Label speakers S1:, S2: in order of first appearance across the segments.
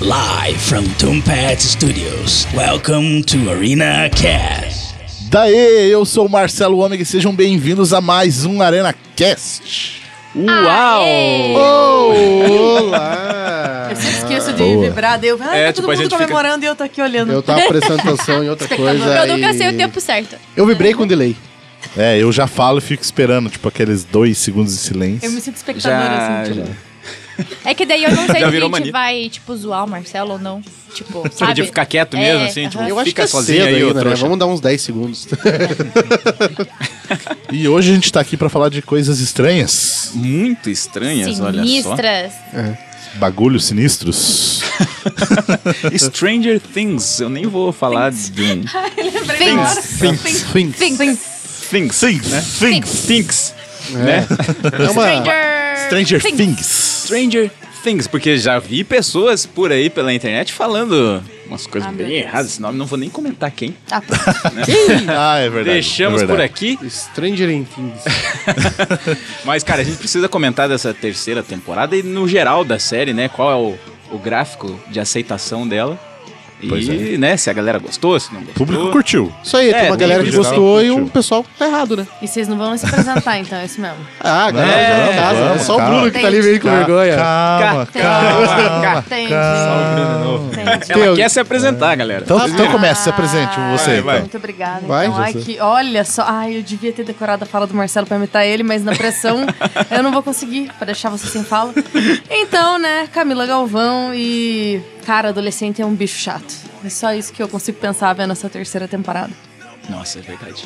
S1: Live from Tombat Studios. Welcome to Arena Cast.
S2: Daê, eu sou o Marcelo Ômega e sejam bem-vindos a mais um Arena Cast.
S3: Uau!
S4: Olá!
S3: Eu sempre esqueço de vibrar, daí eu ah,
S4: É,
S3: tá
S4: tipo,
S3: todo
S4: a
S3: mundo
S4: gente fica-
S3: comemorando e eu tô aqui olhando.
S4: Eu tava prestando atenção em outra coisa.
S5: tá Eu nunca
S4: e-
S5: sei o tempo certo.
S4: Eu vibrei com delay.
S2: É, eu já falo e fico esperando, tipo, aqueles dois segundos de silêncio.
S3: Eu me sinto espectadora, assim. tipo.
S5: É que daí eu não sei se
S6: Já
S5: a
S6: virou
S5: gente
S6: mania.
S5: vai, tipo, zoar o Marcelo ou não. Tipo,
S6: Você podia
S5: sabe?
S6: ficar quieto
S5: É,
S6: mesmo, assim, tipo,
S5: aham.
S4: Eu acho
S6: fica
S4: que é
S6: sozinho
S4: cedo
S6: aí, ô
S4: ainda, né?
S6: trouxa.
S4: Vamos dar uns 10 segundos.
S2: E hoje a gente tá aqui pra falar de coisas estranhas,
S6: Muito estranhas, olha
S5: Sinistras.
S2: bagulhos sinistros.
S6: só. Stranger Things, eu nem vou falar de um.
S5: Fins.
S2: Things.
S5: Fins.
S6: Things, né? Things. Things, né?
S4: É uma...
S5: Stranger.
S2: Stranger
S5: Things.
S2: Things.
S6: Stranger Things, porque já vi pessoas por aí pela internet falando umas coisas bem erradas, esse nome não vou nem comentar quem.
S5: Ah,
S2: Ah, é verdade.
S6: Deixamos
S2: é
S6: por
S2: verdade.
S6: aqui,
S4: Stranger in Things.
S6: É, mas cara, a gente precisa comentar dessa terceira temporada e no geral da série, né? Qual é o, o gráfico de aceitação dela.
S2: Pois
S6: E, né, se a galera gostou, se não
S2: O
S6: gostou.
S2: público curtiu.
S4: Isso aí,
S6: É,
S4: tem uma
S6: em
S4: galera que
S2: geral,
S4: gostou e
S2: curtiu.
S4: um pessoal que tá errado, né?
S3: E vocês não vão se apresentar, então, é isso mesmo.
S4: Ah, galera,
S6: É,
S4: é, casa,
S2: vamos,
S4: é só o
S2: calma.
S4: Bruno que tá ali meio com
S2: Ca-
S4: vergonha.
S6: tá.
S2: Calma, calma.
S3: Entendi. Entendi.
S6: Ela
S4: Tem-
S6: quer se apresentar, galera.
S2: Então, então começa, se apresente
S6: Ah.
S2: você.
S6: Vai,
S2: então.
S3: Muito obrigada.
S4: Vai,
S3: então, ai,
S4: José.
S3: que, olha só. Ai, eu devia ter decorado a fala do Marcelo pra imitar ele, mas na pressão eu não vou conseguir, pra deixar você sem fala. Então, né, Camila Galvão e. Cara, adolescente é um bicho chato. É só isso que eu consigo pensar vendo essa terceira temporada.
S6: Nossa, é verdade.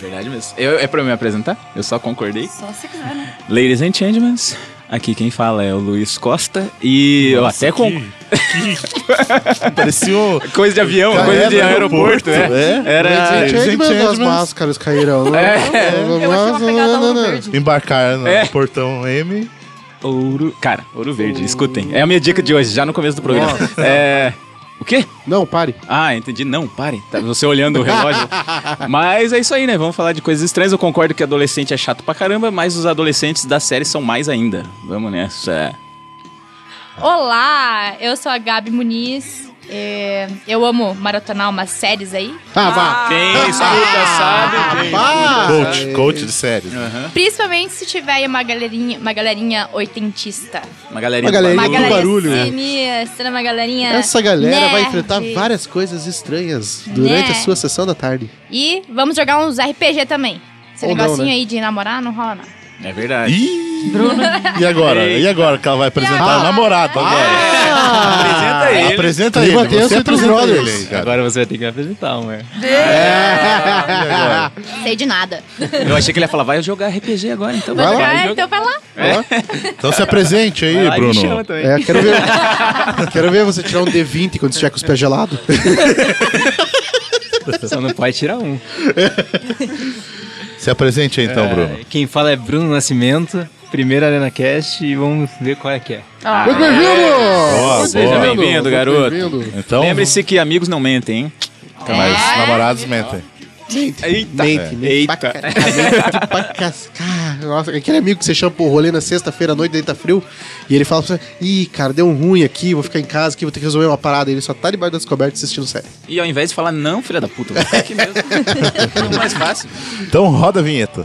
S6: Verdade mesmo. Eu- é pra eu me apresentar? Eu só concordei.
S3: Só se quiser, né?
S6: Ladies and gentlemen, aqui quem fala é o Luiz Costa e eu até com
S2: Parecia um...
S6: coisa de avião, coisa de
S2: Era
S6: aeroporto, né?
S2: É.
S6: Era
S2: Ladies and
S4: Gente, mas as
S2: gentlemen.
S4: máscaras caíram.
S3: Eu achei uma pegada no verde.
S2: Embarcar no
S6: É.
S2: portão M.
S6: ouro, cara, ouro verde, escutem. É a minha dica de hoje, já no começo do programa. É o quê?
S4: Não, pare.
S6: Ah, entendi. Não, pare. Tá você olhando o relógio. mas é isso aí, né? Vamos falar de coisas estranhas. Eu concordo que adolescente é chato pra caramba, mas os adolescentes da série são mais ainda. Vamos nessa.
S5: Olá, eu sou a Gabi Muniz. É, eu amo maratonar umas séries aí.
S4: Ah, vá.
S6: Quem escuta sabe. Quem
S4: Vá.
S2: Coach,
S4: Ah, é.
S2: coach de série.
S5: Principalmente se tiver aí uma galerinha, uma galerinha oitentista.
S6: Uma galerinha,
S4: Uma galerinha
S5: Uma
S4: do
S5: galerinha
S4: barulho. né?
S5: sinistra, uma galerinha
S4: Essa galera vai
S5: nerd.
S4: enfrentar várias coisas estranhas durante a
S5: Nerd.
S4: sua sessão da tarde.
S5: E vamos jogar uns RPG também. Esse
S4: Ou não,
S5: negocinho
S4: né?
S5: aí de namorar não rola nada.
S6: É verdade.
S2: Ih, E agora? E agora que ela vai apresentar
S4: Ah.
S2: o namorado agora?
S6: Apresenta ele.
S2: Ah, Apresenta
S4: Clima
S2: ele,
S4: tenso
S2: você
S4: entre os
S2: apresenta
S4: brothers.
S2: ele aí, cara.
S6: Agora você vai ter que apresentar, ué.
S5: Sei de nada.
S6: Eu achei que ele ia falar, vai jogar RPG agora, então.
S4: Vai lá.
S6: jogar,
S5: Ah,
S6: joga.
S5: então vai lá.
S2: Então se apresente aí,
S6: Vai lá e me
S2: Bruno.
S6: chama também.
S4: É, quero ver, quero ver você tirar um D20 quando estiver com os pés gelados.
S7: Só não pode tirar um.
S2: Se apresente aí então, Bruno.
S7: É, Quem fala é Bruno Nascimento, primeira Arena Cast, e vamos ver qual é que é.
S4: Muito bem-vindo!
S2: Boa,
S6: Ah, é. Seja
S2: boa.
S6: bem-vindo, garoto.
S2: Então,
S6: Lembre-se que amigos não mentem, hein?
S2: mas namorados mentem.
S6: Eita.
S4: Mente, mente
S6: É. Eita.
S4: pra ca- mente pra cascar. Nossa, aquele amigo que você chama pro rolê na sexta-feira à noite, daí tá frio, e ele fala pra você, ih, cara, deu um ruim aqui, vou ficar em casa aqui, vou ter que resolver uma parada. Ele só tá debaixo das cobertas assistindo série.
S6: E ao invés de falar, não, filha da puta, vai ficar aqui mesmo. Muito mais fácil.
S2: Então roda a vinheta.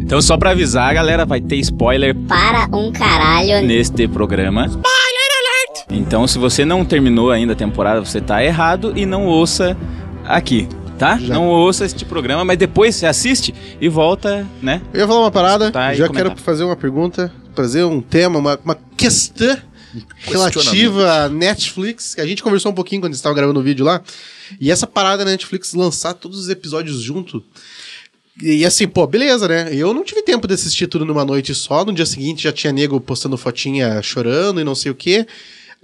S6: Então, só pra avisar, galera, vai ter spoiler
S8: para um caralho.
S6: neste programa. Spoiler alert! Então, se você não terminou ainda a temporada, você tá errado e não ouça aqui, tá?
S4: Já.
S6: Não ouça este programa, mas depois você assiste e volta, né?
S4: Eu ia falar uma parada,
S6: Escutar e
S4: já
S6: Tá comentar.
S4: quero fazer uma pergunta, trazer um tema, uma, uma questão relativa à Netflix, que a gente conversou um pouquinho quando estava gravando o vídeo lá, e essa parada da Netflix lançar todos os episódios junto. E, e assim, pô, beleza, né? Eu não tive tempo de assistir tudo numa noite só, no dia seguinte já tinha nego postando fotinha chorando e não sei o quê.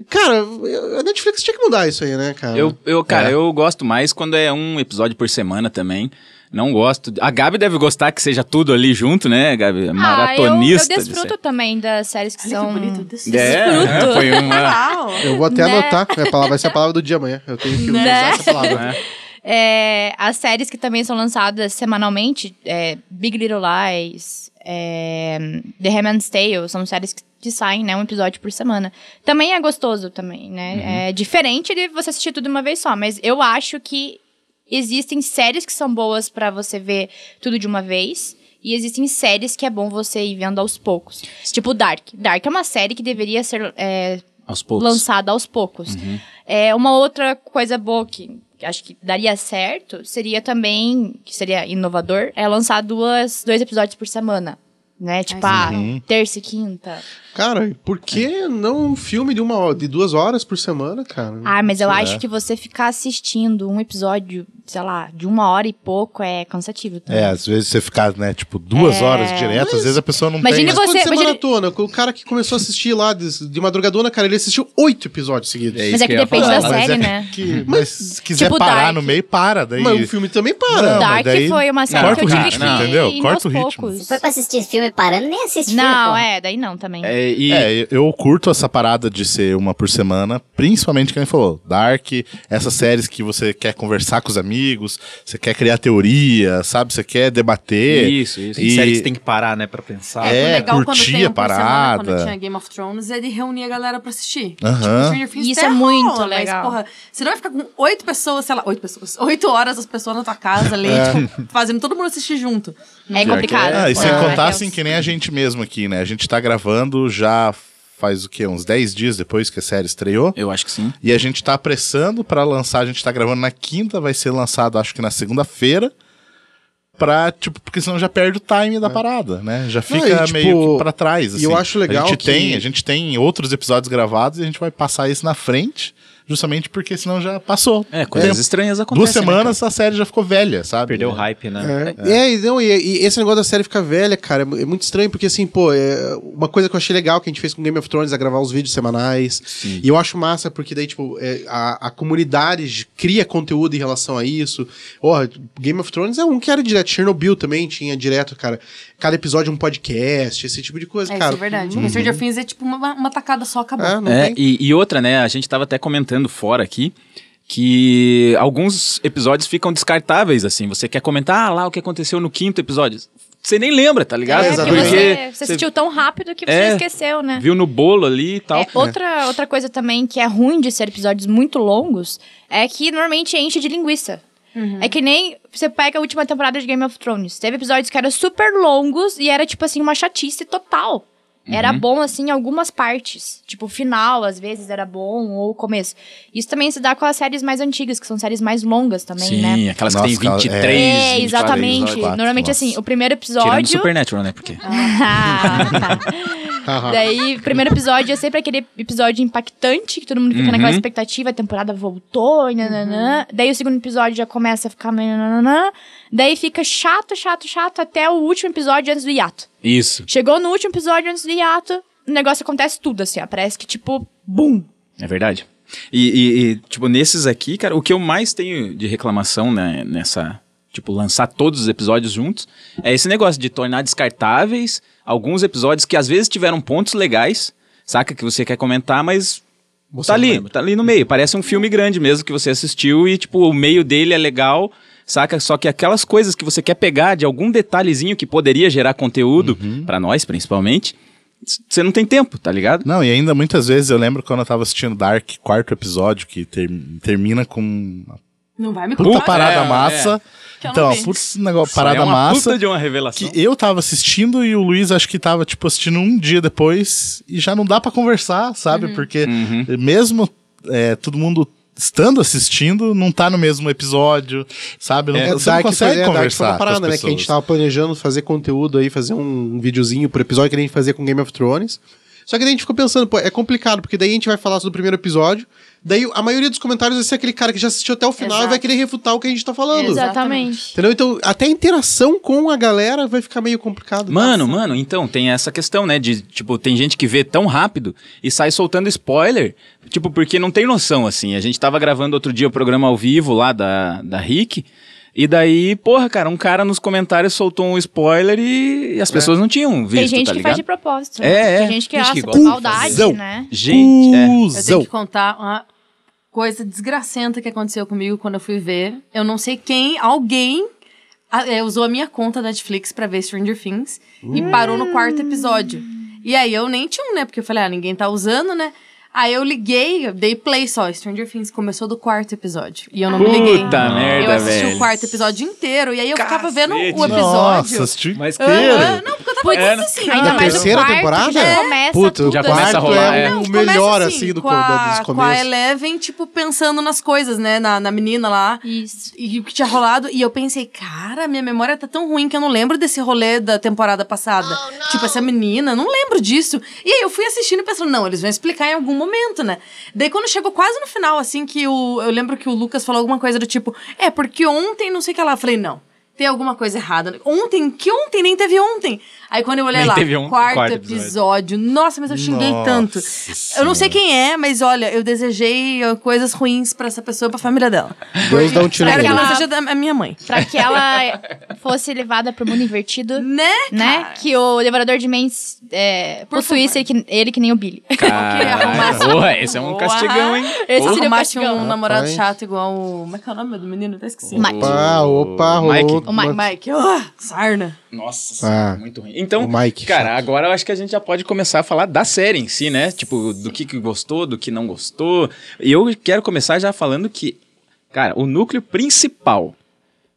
S4: Cara, eu- a Netflix tinha que mudar isso aí, né, cara?
S6: Eu, eu cara, eu gosto mais quando é um episódio por semana também. Não gosto. de- A Gabi deve gostar que seja tudo ali junto, né, Gabi? Maratonista.
S5: Ah, eu, eu
S6: de
S5: desfruto também das séries que são...
S3: Olha que bonito. Desse
S6: série. É, foi uma.
S3: Uau.
S4: Eu vou até
S5: Né?
S4: anotar, é a palavra- vai ser a palavra do dia amanhã. Eu tenho que
S5: Né?
S4: usar essa palavra.
S6: né?
S5: É, as séries que também são lançadas semanalmente, é, Big Little Lies, é, The Handmaid's Tale, são séries que, que saem, né, um episódio por semana. Também é gostoso também, né? É diferente de você assistir tudo de uma vez só, mas eu acho que existem séries que são boas pra você ver tudo de uma vez. E existem séries que é bom você ir vendo aos poucos. Tipo Dark. Dark é uma série que deveria ser é,
S6: Aos poucos.
S5: lançada aos poucos.
S2: Uhum.
S5: É, uma outra coisa boa que que acho que daria certo seria também, que seria inovador, é lançar duas, dois episódios por semana. Né? Tipo, ah,
S2: Uhum.
S5: terça e quinta.
S4: Cara, e por que não um filme de, uma, hora- de duas horas por semana, cara?
S5: Ah, mas eu
S2: é.
S5: acho que você ficar assistindo um episódio, sei lá, de uma hora e pouco é cansativo. também.
S2: É, às vezes você ficar, né, tipo, duas horas direto, às vezes a pessoa não
S5: Imagine
S4: Mas
S2: tem...
S5: É. você-
S4: quando você
S5: mas ele-
S4: maratona, o cara que começou a assistir lá de, de madrugadona, cara, ele assistiu oito episódios seguidos.
S5: Mas é que depende
S2: falar,
S5: da
S2: mas
S5: série,
S2: é-
S5: né?
S2: Que, mas se quiser
S5: tipo
S2: parar
S5: Dark.
S2: no meio, para. Daí...
S4: Mas o filme também para.
S2: Não, mas
S5: Dark
S2: daí-
S5: foi uma série
S6: corta
S5: que eu
S6: o
S5: tive
S6: ritmo,
S5: que ir
S2: entendeu?
S5: indo
S2: Corta
S5: aos
S2: o ritmo.
S5: poucos.
S8: Se for pra assistir filme parando, nem assiste
S5: Não,
S8: filme,
S5: é, daí não também.
S6: É, e-
S2: É, eu- eu curto essa parada de ser uma por semana, principalmente que ele falou, Dark, essas séries que você quer conversar com os amigos, você quer criar teoria, sabe? Você quer debater.
S6: Isso, isso.
S7: Tem
S2: E-
S7: série que você tem que parar, né, pra pensar.
S2: É,
S3: o legal quando
S2: curtia
S3: tem um
S2: a
S3: por semana,
S2: parada.
S3: quando tinha Game of Thrones, é de reunir a galera pra assistir. Tipo,
S2: Aham.
S3: Stranger Things
S5: Isso
S3: até
S5: é muito
S3: rola,
S5: legal.
S3: Mas, porra, você não vai ficar com oito pessoas, sei lá, oito pessoas, oito horas as pessoas na tua casa ali,
S2: É.
S3: tipo, fazendo todo mundo assistir junto.
S5: É complicado.
S2: Ah, e sem
S5: Ah,
S2: contar,
S5: Deus.
S2: assim, que nem a gente mesmo aqui, né? A gente tá gravando já faz o quê? Uns 10 dias depois que a série estreou.
S6: Eu acho que sim.
S2: E a gente tá apressando pra lançar, a gente tá gravando na quinta, vai ser lançado acho que na segunda-feira. Pra, tipo, porque senão já perde o time da parada, né? Já
S4: É. Não,
S2: fica
S4: e, tipo,
S2: meio que pra trás, assim.
S4: e eu acho legal
S2: a gente
S4: que-
S2: tem A gente tem outros episódios gravados e a gente vai passar isso na frente, justamente porque senão já passou.
S6: É, coisas
S2: Tempo.
S6: estranhas acontecem.
S2: Duas
S6: né, cara?
S2: semanas a série já ficou velha, sabe?
S7: Perdeu o hype, né?
S4: É, é, e não, e, e esse negócio da série ficar velha, cara, é mu- é muito estranho, porque assim, pô, é uma coisa que eu achei legal que a gente fez com Game of Thrones é gravar os vídeos semanais. E eu acho massa, porque daí, tipo, é, a, a comunidade j- cria conteúdo em relação a isso. Porra, Game of Thrones é um que era direto. Chernobyl também tinha direto, cara. Cada episódio é um podcast, esse tipo de coisa,
S3: É,
S4: cara.
S3: isso é verdade.
S2: uhum.
S3: Porque Stranger Things é tipo uma, uma tacada só, acabou.
S4: É, não
S6: É,
S4: tem.
S6: e, e outra, né? A gente tava até comentando fora aqui que alguns episódios ficam descartáveis, assim. Você quer comentar ah, lá o que aconteceu no quinto episódio. Você nem lembra, tá ligado?
S5: É, porque
S4: exatamente.
S5: você, você assistiu tão rápido que você
S6: É.
S5: esqueceu, né?
S6: viu no bolo ali e tal.
S5: É, outra, outra coisa também que é ruim de ser episódios muito longos é que normalmente enche de linguiça. É que nem você pega a última temporada de Game of Thrones. Teve episódios que eram super longos e era, tipo assim, uma chatice total. Era bom, assim, em algumas partes. Tipo, o final, às vezes, era bom, ou o começo. Isso também se dá com as séries mais antigas, que são séries mais longas também,
S6: Sim,
S5: né?
S6: aquelas
S2: Nossa,
S6: que tem
S2: cara,
S6: 23,
S2: é,
S5: É,
S6: 24,
S5: exatamente.
S2: 24,
S5: Normalmente,
S2: nossa.
S5: assim, o primeiro
S6: Tirando
S5: episódio.
S6: Supernatural, né? Porque... Ah.
S5: Daí, o primeiro episódio é sempre aquele episódio impactante, que todo mundo fica
S6: Uhum.
S5: naquela expectativa, a temporada voltou, e nananã. Daí o segundo episódio já começa a ficar meio nananã. Daí fica chato, chato, chato, até o último episódio antes do hiato.
S6: Isso.
S5: Chegou no último episódio antes do hiato, o negócio acontece tudo, assim, ó. Parece que, tipo, bum.
S6: É verdade. E, e- e, tipo, nesses aqui, cara, o que eu mais tenho de reclamação né, nessa. Tipo, lançar todos os episódios juntos é esse negócio de tornar descartáveis alguns episódios que às vezes tiveram pontos legais, saca? Que você quer comentar, mas. tá ali, tá ali no meio. Parece um filme grande mesmo que você assistiu e, tipo, o meio dele é legal, saca? Só que aquelas coisas que você quer pegar de algum detalhezinho que poderia gerar conteúdo,
S2: Uhum.
S6: pra nós principalmente, c- você não tem tempo, tá ligado?
S2: Não, e ainda muitas vezes eu lembro quando eu tava assistindo Dark, quarto episódio, que ter- termina com uma
S3: Não vai me
S2: puta
S3: contar.
S2: parada
S6: é,
S2: massa.
S3: Que eu não
S2: Então, uma
S3: vi.
S2: puta negócio,
S6: Isso
S2: parada
S6: é uma
S2: massa.
S6: Puta de uma revelação.
S2: Que eu tava assistindo e o Luiz acho que tava, tipo, assistindo um dia
S6: Uhum.
S4: Uhum.
S2: depois e já não dá pra conversar, sabe? Porque mesmo é, todo mundo estando assistindo, não tá no mesmo episódio, sabe? Não, tá,
S4: É,
S2: você não
S4: Dark foi-
S2: consegue
S4: é, Dark
S2: conversar
S4: foi uma
S2: com
S4: parada,
S2: as
S4: né? Que a gente
S2: pessoas.
S4: tava planejando fazer conteúdo aí, fazer um videozinho por episódio que nem a gente fazia com Game of Thrones. Só que daí a gente ficou pensando, pô, é complicado, porque daí a gente vai falar sobre o primeiro episódio, daí a maioria dos comentários vai ser aquele cara que já assistiu até o final e
S3: Exato.
S4: vai querer refutar o que a gente tá falando.
S3: Exato.
S5: Exatamente.
S4: Entendeu? Então, até a interação com a galera vai ficar meio complicado. tá?
S6: Mano,
S3: Um
S6: mano, então tem essa questão, né? De, tipo, tem gente que vê tão rápido e sai soltando spoiler, tipo, porque não tem noção, assim. A gente tava gravando outro dia o programa ao vivo lá da, da Rick. E daí, porra, cara, um cara nos comentários soltou um spoiler e e as pessoas não tinham visto,
S5: Tem gente
S6: tá
S5: que
S6: ligado?
S5: faz de propósito.
S6: É,
S5: né?
S6: é.
S5: Tem gente que
S6: Gente
S5: acha
S6: que
S5: por
S6: gosta de
S5: maldade,
S2: fazer.
S5: né?
S6: Gente, é.
S3: Eu tenho
S2: Cusão.
S3: que contar uma coisa desgracenta que aconteceu comigo quando eu fui ver. Eu não sei quem, alguém ah, é, usou a minha conta da Netflix pra ver Stranger Things e parou no quarto episódio. E aí eu nem tinha um, né? Porque eu falei, ah, ninguém tá usando, né? Aí eu liguei, eu dei play só. Stranger Things começou do quarto episódio. E eu não me liguei.
S6: Puta merda,
S3: eu assisti
S6: velho.
S3: o quarto episódio inteiro. E aí eu ficava vendo o episódio.
S2: Nossa, assisti
S7: Mas que.
S3: Aham, não, porque eu tava
S5: Putz,
S3: pensando assim.
S5: ainda
S4: Na
S5: mais no
S4: terceira
S5: quarto,
S4: temporada?
S5: que Já
S4: É.
S5: começa
S4: Puta,
S5: tudo. né?
S6: já
S4: o quarto
S6: começa a rolar,
S4: é,
S6: é.
S4: o
S3: começa
S4: melhor,
S3: assim,
S4: assim, do,
S3: com
S4: co-
S3: a,
S4: da- dos
S3: Com a
S4: começos.
S3: Eleven, tipo, pensando nas coisas, né? Na, na menina lá.
S5: Isso.
S3: E o que tinha rolado. E eu pensei, cara, minha memória tá tão ruim que eu não lembro desse rolê da temporada passada. tipo, essa menina, eu não lembro disso. E aí eu fui assistindo e pensando, não, eles vão explicar em algum momento, né? Daí quando chegou quase no final, assim, que o, eu lembro que o Lucas falou alguma coisa do tipo, é, porque ontem não sei o que lá. Eu falei, não. Tem alguma coisa errada. Ontem? Que ontem? Nem teve ontem. Aí quando eu olhei
S6: Nem
S3: lá,
S6: teve ontem,
S3: um quarto,
S7: quarto
S3: episódio.
S7: episódio.
S3: Nossa, mas eu xinguei
S2: Nossa
S3: tanto. Eu não sei quem é, mas olha, eu desejei eh, coisas ruins pra essa pessoa, e pra família dela.
S4: Deus dá um tiro
S3: Espero que
S4: nele.
S3: ela não seja da- a minha mãe.
S6: é.
S5: Pra que ela fosse levada pro mundo invertido,
S3: Né?
S5: né?
S3: Cara?
S5: Que o devorador de mentes é,
S3: Por
S5: possuísse ele que, ele que nem o Billy.
S6: Cara, porra, esse é um
S3: Boa.
S6: castigão, hein?
S5: Esse
S6: Porra.
S5: seria o
S3: Arrumasse
S5: castigão.
S3: um namorado
S4: Rapaz.
S3: chato igual o... Como é que é o nome do menino? Eu Até esqueci.
S5: Mike.
S4: Opa, opa, rolou.
S6: Mike.
S5: O Mike.
S3: Mike. Ah, sarna.
S6: Nossa,
S4: Ah.
S6: senhora, muito ruim. Então,
S4: O Mike,
S6: cara,
S4: chato.
S6: agora eu acho que a gente já pode começar a falar da série em si, né? Tipo, do que, que gostou, do que não gostou. E eu quero começar já falando que, cara, o núcleo principal,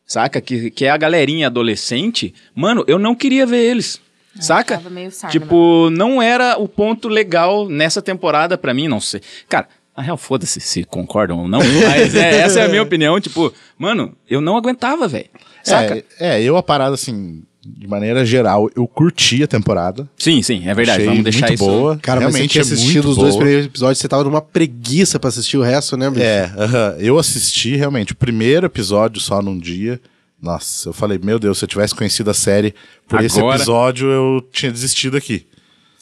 S6: saca? Que, que é a galerinha adolescente, mano, eu não queria ver eles. Saca?
S3: Tava meio sarna. mano.
S6: Tipo, não era o ponto legal nessa temporada pra mim, não sei. Cara, na real, foda-se se concordam ou não, mas é, essa é a minha opinião. Tipo, mano, eu não aguentava, velho. Saca?
S2: É, é, eu a parada assim, de maneira geral, eu curti a temporada.
S6: Sim, sim, é verdade.
S2: Achei
S6: Vamos deixar
S2: muito
S6: isso.
S2: boa.
S4: Cara, mas você
S2: Realmente
S4: tinha
S2: é
S4: assistido
S2: muito
S4: os dois
S2: boa.
S4: primeiros episódios, você tava numa preguiça pra assistir o resto, né, bicho?
S2: É, aham. eu assisti realmente o primeiro episódio só num dia. Nossa, eu falei, meu Deus, se eu tivesse conhecido a série por esse
S6: Agora.
S2: episódio, eu tinha desistido aqui.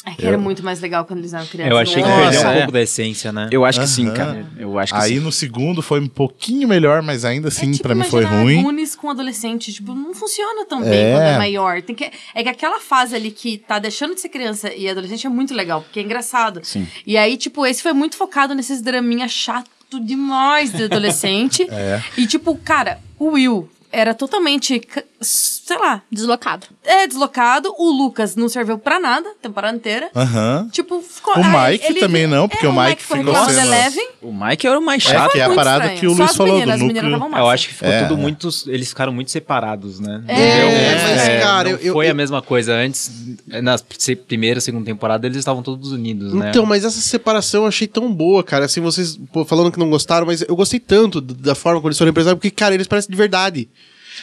S3: É que era muito mais legal quando eles eram crianças.
S7: Eu achei que
S3: né?
S7: perdeu
S6: Nossa,
S7: um
S6: é.
S7: pouco da essência, né?
S6: Eu acho que sim,
S2: Aham.
S6: cara. Eu acho que
S2: Aí
S6: sim.
S2: no segundo foi um pouquinho melhor, mas ainda assim
S3: é tipo
S2: pra mim foi
S3: imaginar
S2: ruim.
S3: Goonies com adolescente, tipo, não funciona tão
S2: É.
S3: bem quando é maior. Tem que, é que aquela fase ali que tá deixando de ser criança e adolescente é muito legal, porque é engraçado.
S6: Sim.
S3: E aí, tipo, esse foi muito focado nesses draminhas chato demais de adolescente.
S2: É.
S3: E tipo, cara, o Will era totalmente, ca- sei lá,
S5: Deslocado.
S3: é deslocado. O Lucas não serveu pra nada a temporada inteira.
S2: Aham.
S3: Tipo, ficou...
S2: O
S3: ah,
S2: Mike também não, porque o Mike
S3: foi
S2: ficou
S3: reclamar do
S2: sendo-
S3: Eleven.
S6: O Mike era o mais
S2: É,
S6: chato. né,
S2: que é a
S3: muito
S2: parada
S3: estranho.
S2: que o
S3: Só
S2: Luiz
S3: as
S2: falou
S3: meninas,
S2: do
S3: as meninas
S2: núcleo.
S3: estavam
S7: Eu
S3: massa.
S7: acho que ficou
S2: É.
S7: tudo muito. Eles ficaram muito separados, né?
S3: É,
S7: Entendeu?
S4: mas,
S7: É,
S4: assim, cara,
S7: não
S4: eu-
S7: foi
S4: eu-
S7: a mesma coisa. Antes, na se- primeira, segunda temporada, eles estavam todos unidos, né?
S4: Então, mas essa separação eu achei tão boa, cara. Assim, vocês pô, falando que não gostaram, mas eu gostei tanto d- da forma como eles foram representados, porque, cara, eles parecem de verdade.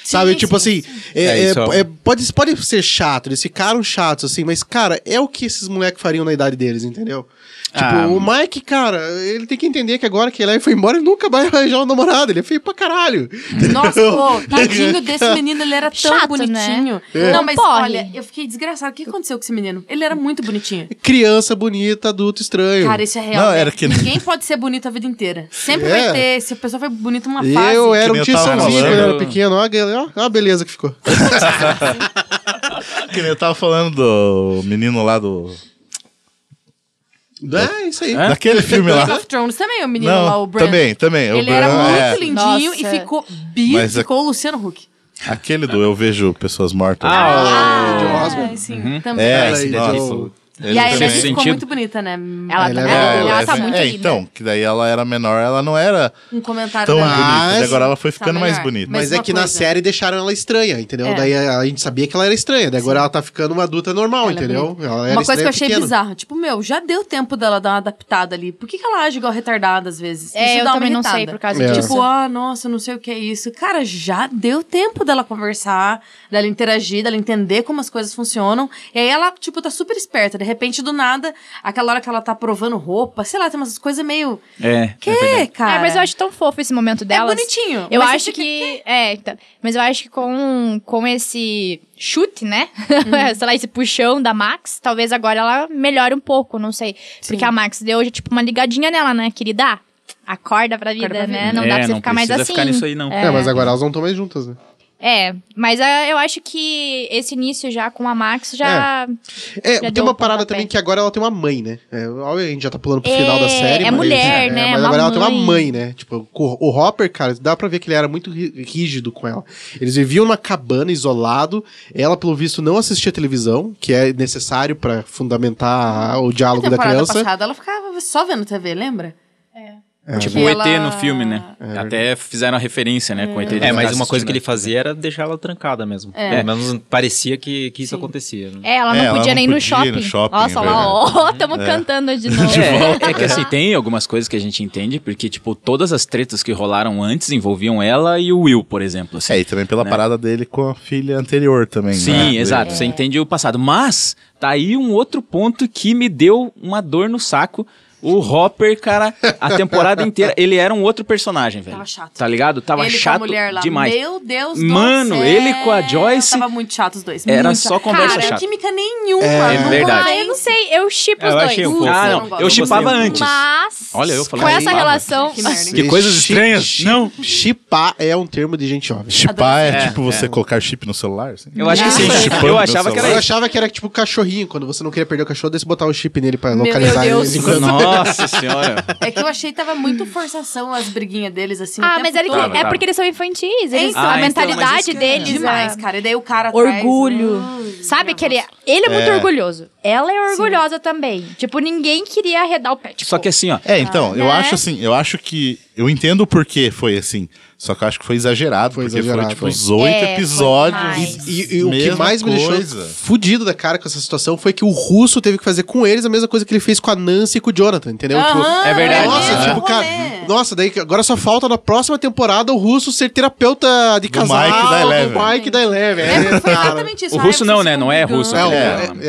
S4: Sabe?
S3: Sim,
S4: tipo
S3: sim,
S4: assim, é-
S7: É,
S4: é-
S7: isso é-
S4: é- pode, pode ser chato, eles ficaram chatos, assim, mas, cara, é o que esses moleques fariam na idade deles, entendeu? Tipo,
S6: Ah.
S4: o Mike, cara, ele tem que entender que agora que ele aí foi embora, ele nunca vai arranjar um namorado, ele é feio pra caralho.
S3: Nossa, pô, tadinho desse menino, ele era tão
S5: Chato,
S3: bonitinho.
S2: É.
S5: né?
S3: Não,
S5: Não
S3: mas
S5: corre.
S3: olha, eu fiquei desgraçada. O que aconteceu com esse menino? Ele era muito bonitinho.
S4: Criança bonita, adulto estranho.
S3: Cara, isso é real.
S2: Não,
S3: né?
S2: era que-
S3: Ninguém pode ser bonito a vida inteira. Sempre
S4: É.
S3: vai ter. Se a pessoa foi bonita é uma fase.
S4: eu
S2: que
S4: era
S2: nem eu tava
S4: um tiçãozinho quando eu era
S6: falando.
S4: pequeno, ó, ó, ó a beleza que ficou.
S2: Que nem eu tava falando do menino lá do.
S4: É, isso aí.
S2: Daquele filme
S3: Game
S2: lá.
S3: of Thrones também, o menino lá, o
S2: Não,
S3: Bran.
S2: também, também. o
S3: Ele
S2: Bran,
S3: era
S2: é.
S3: muito lindinho
S5: Nossa.
S3: e ficou bi,
S2: Mas é-
S3: ficou o Luciano Huck.
S2: Aquele do Eu Vejo Pessoas Mortas.
S6: Ah,
S3: Ah,
S4: Osborne.
S3: sim, também.
S2: é,
S4: Cara,
S2: esse
S4: ele é
S2: nossa.
S4: de-
S3: e a
S2: Ele
S3: Elise
S2: também-
S3: ficou
S6: Sentido.
S3: muito bonita, né?
S5: Ela,
S4: Ela
S5: ela,
S4: é
S5: ela,
S4: boa,
S5: tá
S2: é,
S5: muito
S2: é,
S5: linda.
S2: então, que daí ela era menor, ela não era
S3: Um comentário
S2: tão
S3: da
S2: Então, é bonita.
S4: mas-
S2: e agora ela foi ficando mais
S3: melhor.
S2: bonita.
S4: Mas
S3: Mas
S4: é
S3: uma
S4: que na
S3: coisa-
S4: série deixaram ela estranha, entendeu?
S3: É.
S4: Daí a, a gente sabia que ela era estranha, daí agora ela tá ficando uma adulta
S3: Ela
S4: normal,
S3: é
S4: entendeu?
S3: bonita.
S4: ela era
S3: Uma coisa que eu
S4: estranha
S3: achei
S4: pequena.
S3: bizarra. Tipo, meu, já deu tempo dela dar uma adaptada ali. Por que, que ela age igual retardada às vezes?
S5: É, eu
S3: dá uma
S5: também não
S3: irritada.
S5: sei por causa
S4: É.
S5: disso.
S3: Tipo, ah, nossa, não sei o que é isso. Cara, já deu tempo dela conversar, dela interagir, dela entender como as coisas funcionam. E aí ela, tipo, tá super esperta. De repente, do nada, aquela hora que ela tá provando roupa, sei lá, tem umas coisas meio.
S6: É.
S3: Que, cara?
S5: É, mas eu acho tão fofo esse momento dela.
S3: É bonitinho.
S5: Eu
S3: mas tipo,
S5: acho
S3: você fica,
S5: que. É, então, mas eu acho que com, com esse chute, né?
S3: Uhum.
S5: sei lá, esse puxão da Max, talvez agora ela melhore um pouco, não sei. Porque a Max deu hoje, tipo, uma ligadinha nela, né? Querida, acorda pra vida,
S3: Acorda pra
S5: né?
S3: vida.
S5: Não
S6: É,
S5: dá pra você
S6: não
S5: ficar mais
S6: precisa
S5: assim.
S6: ficar nisso aí, não.
S4: É, mas agora elas não estão mais juntas, né?
S5: É, mas é, eu acho que esse início já com a Max já.
S4: É,
S5: Já
S4: tem
S5: deu
S4: uma
S5: um
S4: parada
S5: pontapé.
S4: também que agora ela tem uma mãe, né? É, óbvio, a gente já tá pulando pro
S5: É,
S4: final da série.
S5: é
S4: mas,
S5: mulher, né?
S4: Mas
S5: Uma
S4: agora ela tem uma
S5: mãe.
S4: mãe, né? Tipo, o, o Hopper, cara, dá pra ver que ele era muito ri- rígido com ela. Eles viviam numa cabana, isolado. Ela, pelo visto, não assistia televisão, que é necessário pra fundamentar o
S3: Na
S4: diálogo da
S3: temporada
S4: criança. É.
S3: passada, ela ficava só vendo TV, lembra?
S5: É.
S6: Tipo
S3: Que
S6: o ET
S3: ela-
S6: no filme, né? Até fizeram a referência, né? Com o ET.
S9: É, mas uma coisa que
S7: né?
S9: ele fazia era deixar ela trancada mesmo.
S3: É.
S9: Pelo menos parecia que, que isso acontecia. né?
S5: É, ela não
S2: É, ela
S5: podia
S2: não
S5: nem ir
S2: podia ir no
S5: no
S2: shopping,
S5: shopping. Nossa, lá, ó, tamo cantando de novo. Ah,
S6: É, é
S7: né?
S6: que assim, tem algumas coisas que a gente entende, porque, tipo, todas as tretas que rolaram antes envolviam ela e o Will, por exemplo. assim.
S2: É, e também pela
S6: Né?
S2: parada dele com a filha anterior também. né?
S6: Sim,
S2: Dele.
S6: exato. Você entende o passado. Mas, tá aí um outro ponto que me deu uma dor no saco. O Hopper, cara, a temporada inteira, ele era um outro personagem, velho.
S3: Tava chato.
S6: Tá ligado? Tava
S3: ele
S6: chato
S3: com a mulher lá.
S6: demais.
S3: Meu Deus
S6: Mano,
S3: do céu.
S6: ele com a Joyce-
S3: Tava muito chato os dois.
S6: Era
S3: muito
S6: só
S3: chato.
S6: conversa
S3: Cara,
S6: chata.
S3: química nenhuma.
S4: É,
S3: não
S6: verdade.
S3: vai.
S5: Ah, eu não sei, eu chipo os
S9: Eu
S5: dois.
S9: achei um
S3: Putz,
S9: fofo.
S6: Ah,
S3: eu
S6: não.
S3: não
S6: Eu,
S3: gosto.
S6: chipava
S9: Não
S6: antes.
S5: Mas.
S6: Olha, eu falei
S5: Com essa
S6: chipava.
S5: relação.
S3: Que merda.
S6: Que coisas estranhas. Não.
S4: Chipar é um termo de gente jovem.
S2: Chipar é, tipo você colocar chip no celular? assim?
S6: Eu acho que sim.
S2: Chipando
S6: Eu
S2: no
S6: achava que
S2: celular.
S6: era
S4: Eu
S6: isso.
S4: achava que era tipo cachorrinho, quando você não queria perder o cachorro, daí você botar o chip nele pra
S3: Meu
S4: localizar
S3: Deus.
S4: ele. Enquanto-
S6: Nossa senhora.
S3: É que eu achei que tava muito forçação as briguinhas deles, assim. o
S5: Ah,
S3: tempo
S5: mas ele,
S3: todo.
S6: Tava,
S5: é
S6: tava.
S5: porque eles são infantis. Eles,
S3: Então,
S5: a
S6: Ah, então, mas
S5: mentalidade
S6: isso que é
S5: deles.
S3: demais,
S5: a-
S3: cara. E daí o cara atrás,
S5: Orgulho.
S3: hum,
S5: Sabe que ele, ele é muito orgulhoso. Ela é orgulhosa também. Tipo, ninguém queria arredar o pé. Tipo,
S6: Só que assim, ó.
S2: É, então, eu
S5: né?
S2: acho assim, eu acho que. Eu entendo o porquê foi assim. Só que eu acho que foi exagerado,
S4: Foi
S2: porque
S4: exagerado,
S2: foi tipo
S4: foi.
S2: os oito
S5: É, foi
S2: episódios.
S5: demais.
S4: E, e o que
S2: mesma
S4: mais me deixou
S2: coisa.
S4: fudido da cara com essa situação foi que o russo teve que fazer com eles a mesma coisa que ele fez com a Nancy e com o Jonathan, entendeu?
S3: Aham,
S4: Tipo,
S6: É verdade.
S4: Nossa,
S3: é.
S4: tipo, cara.
S3: Rolê.
S4: Nossa, daí que agora só falta na próxima temporada o russo ser terapeuta de casal.
S2: Mike da Eleven.
S4: Do Mike da Eleven.
S3: É, mas foi
S4: cara.
S3: exatamente isso.
S6: O
S3: Ah,
S6: russo
S3: vocês
S6: não, né?
S3: ficam
S6: Não é
S3: brigando.
S6: russo,
S4: É,
S6: aquele
S4: o,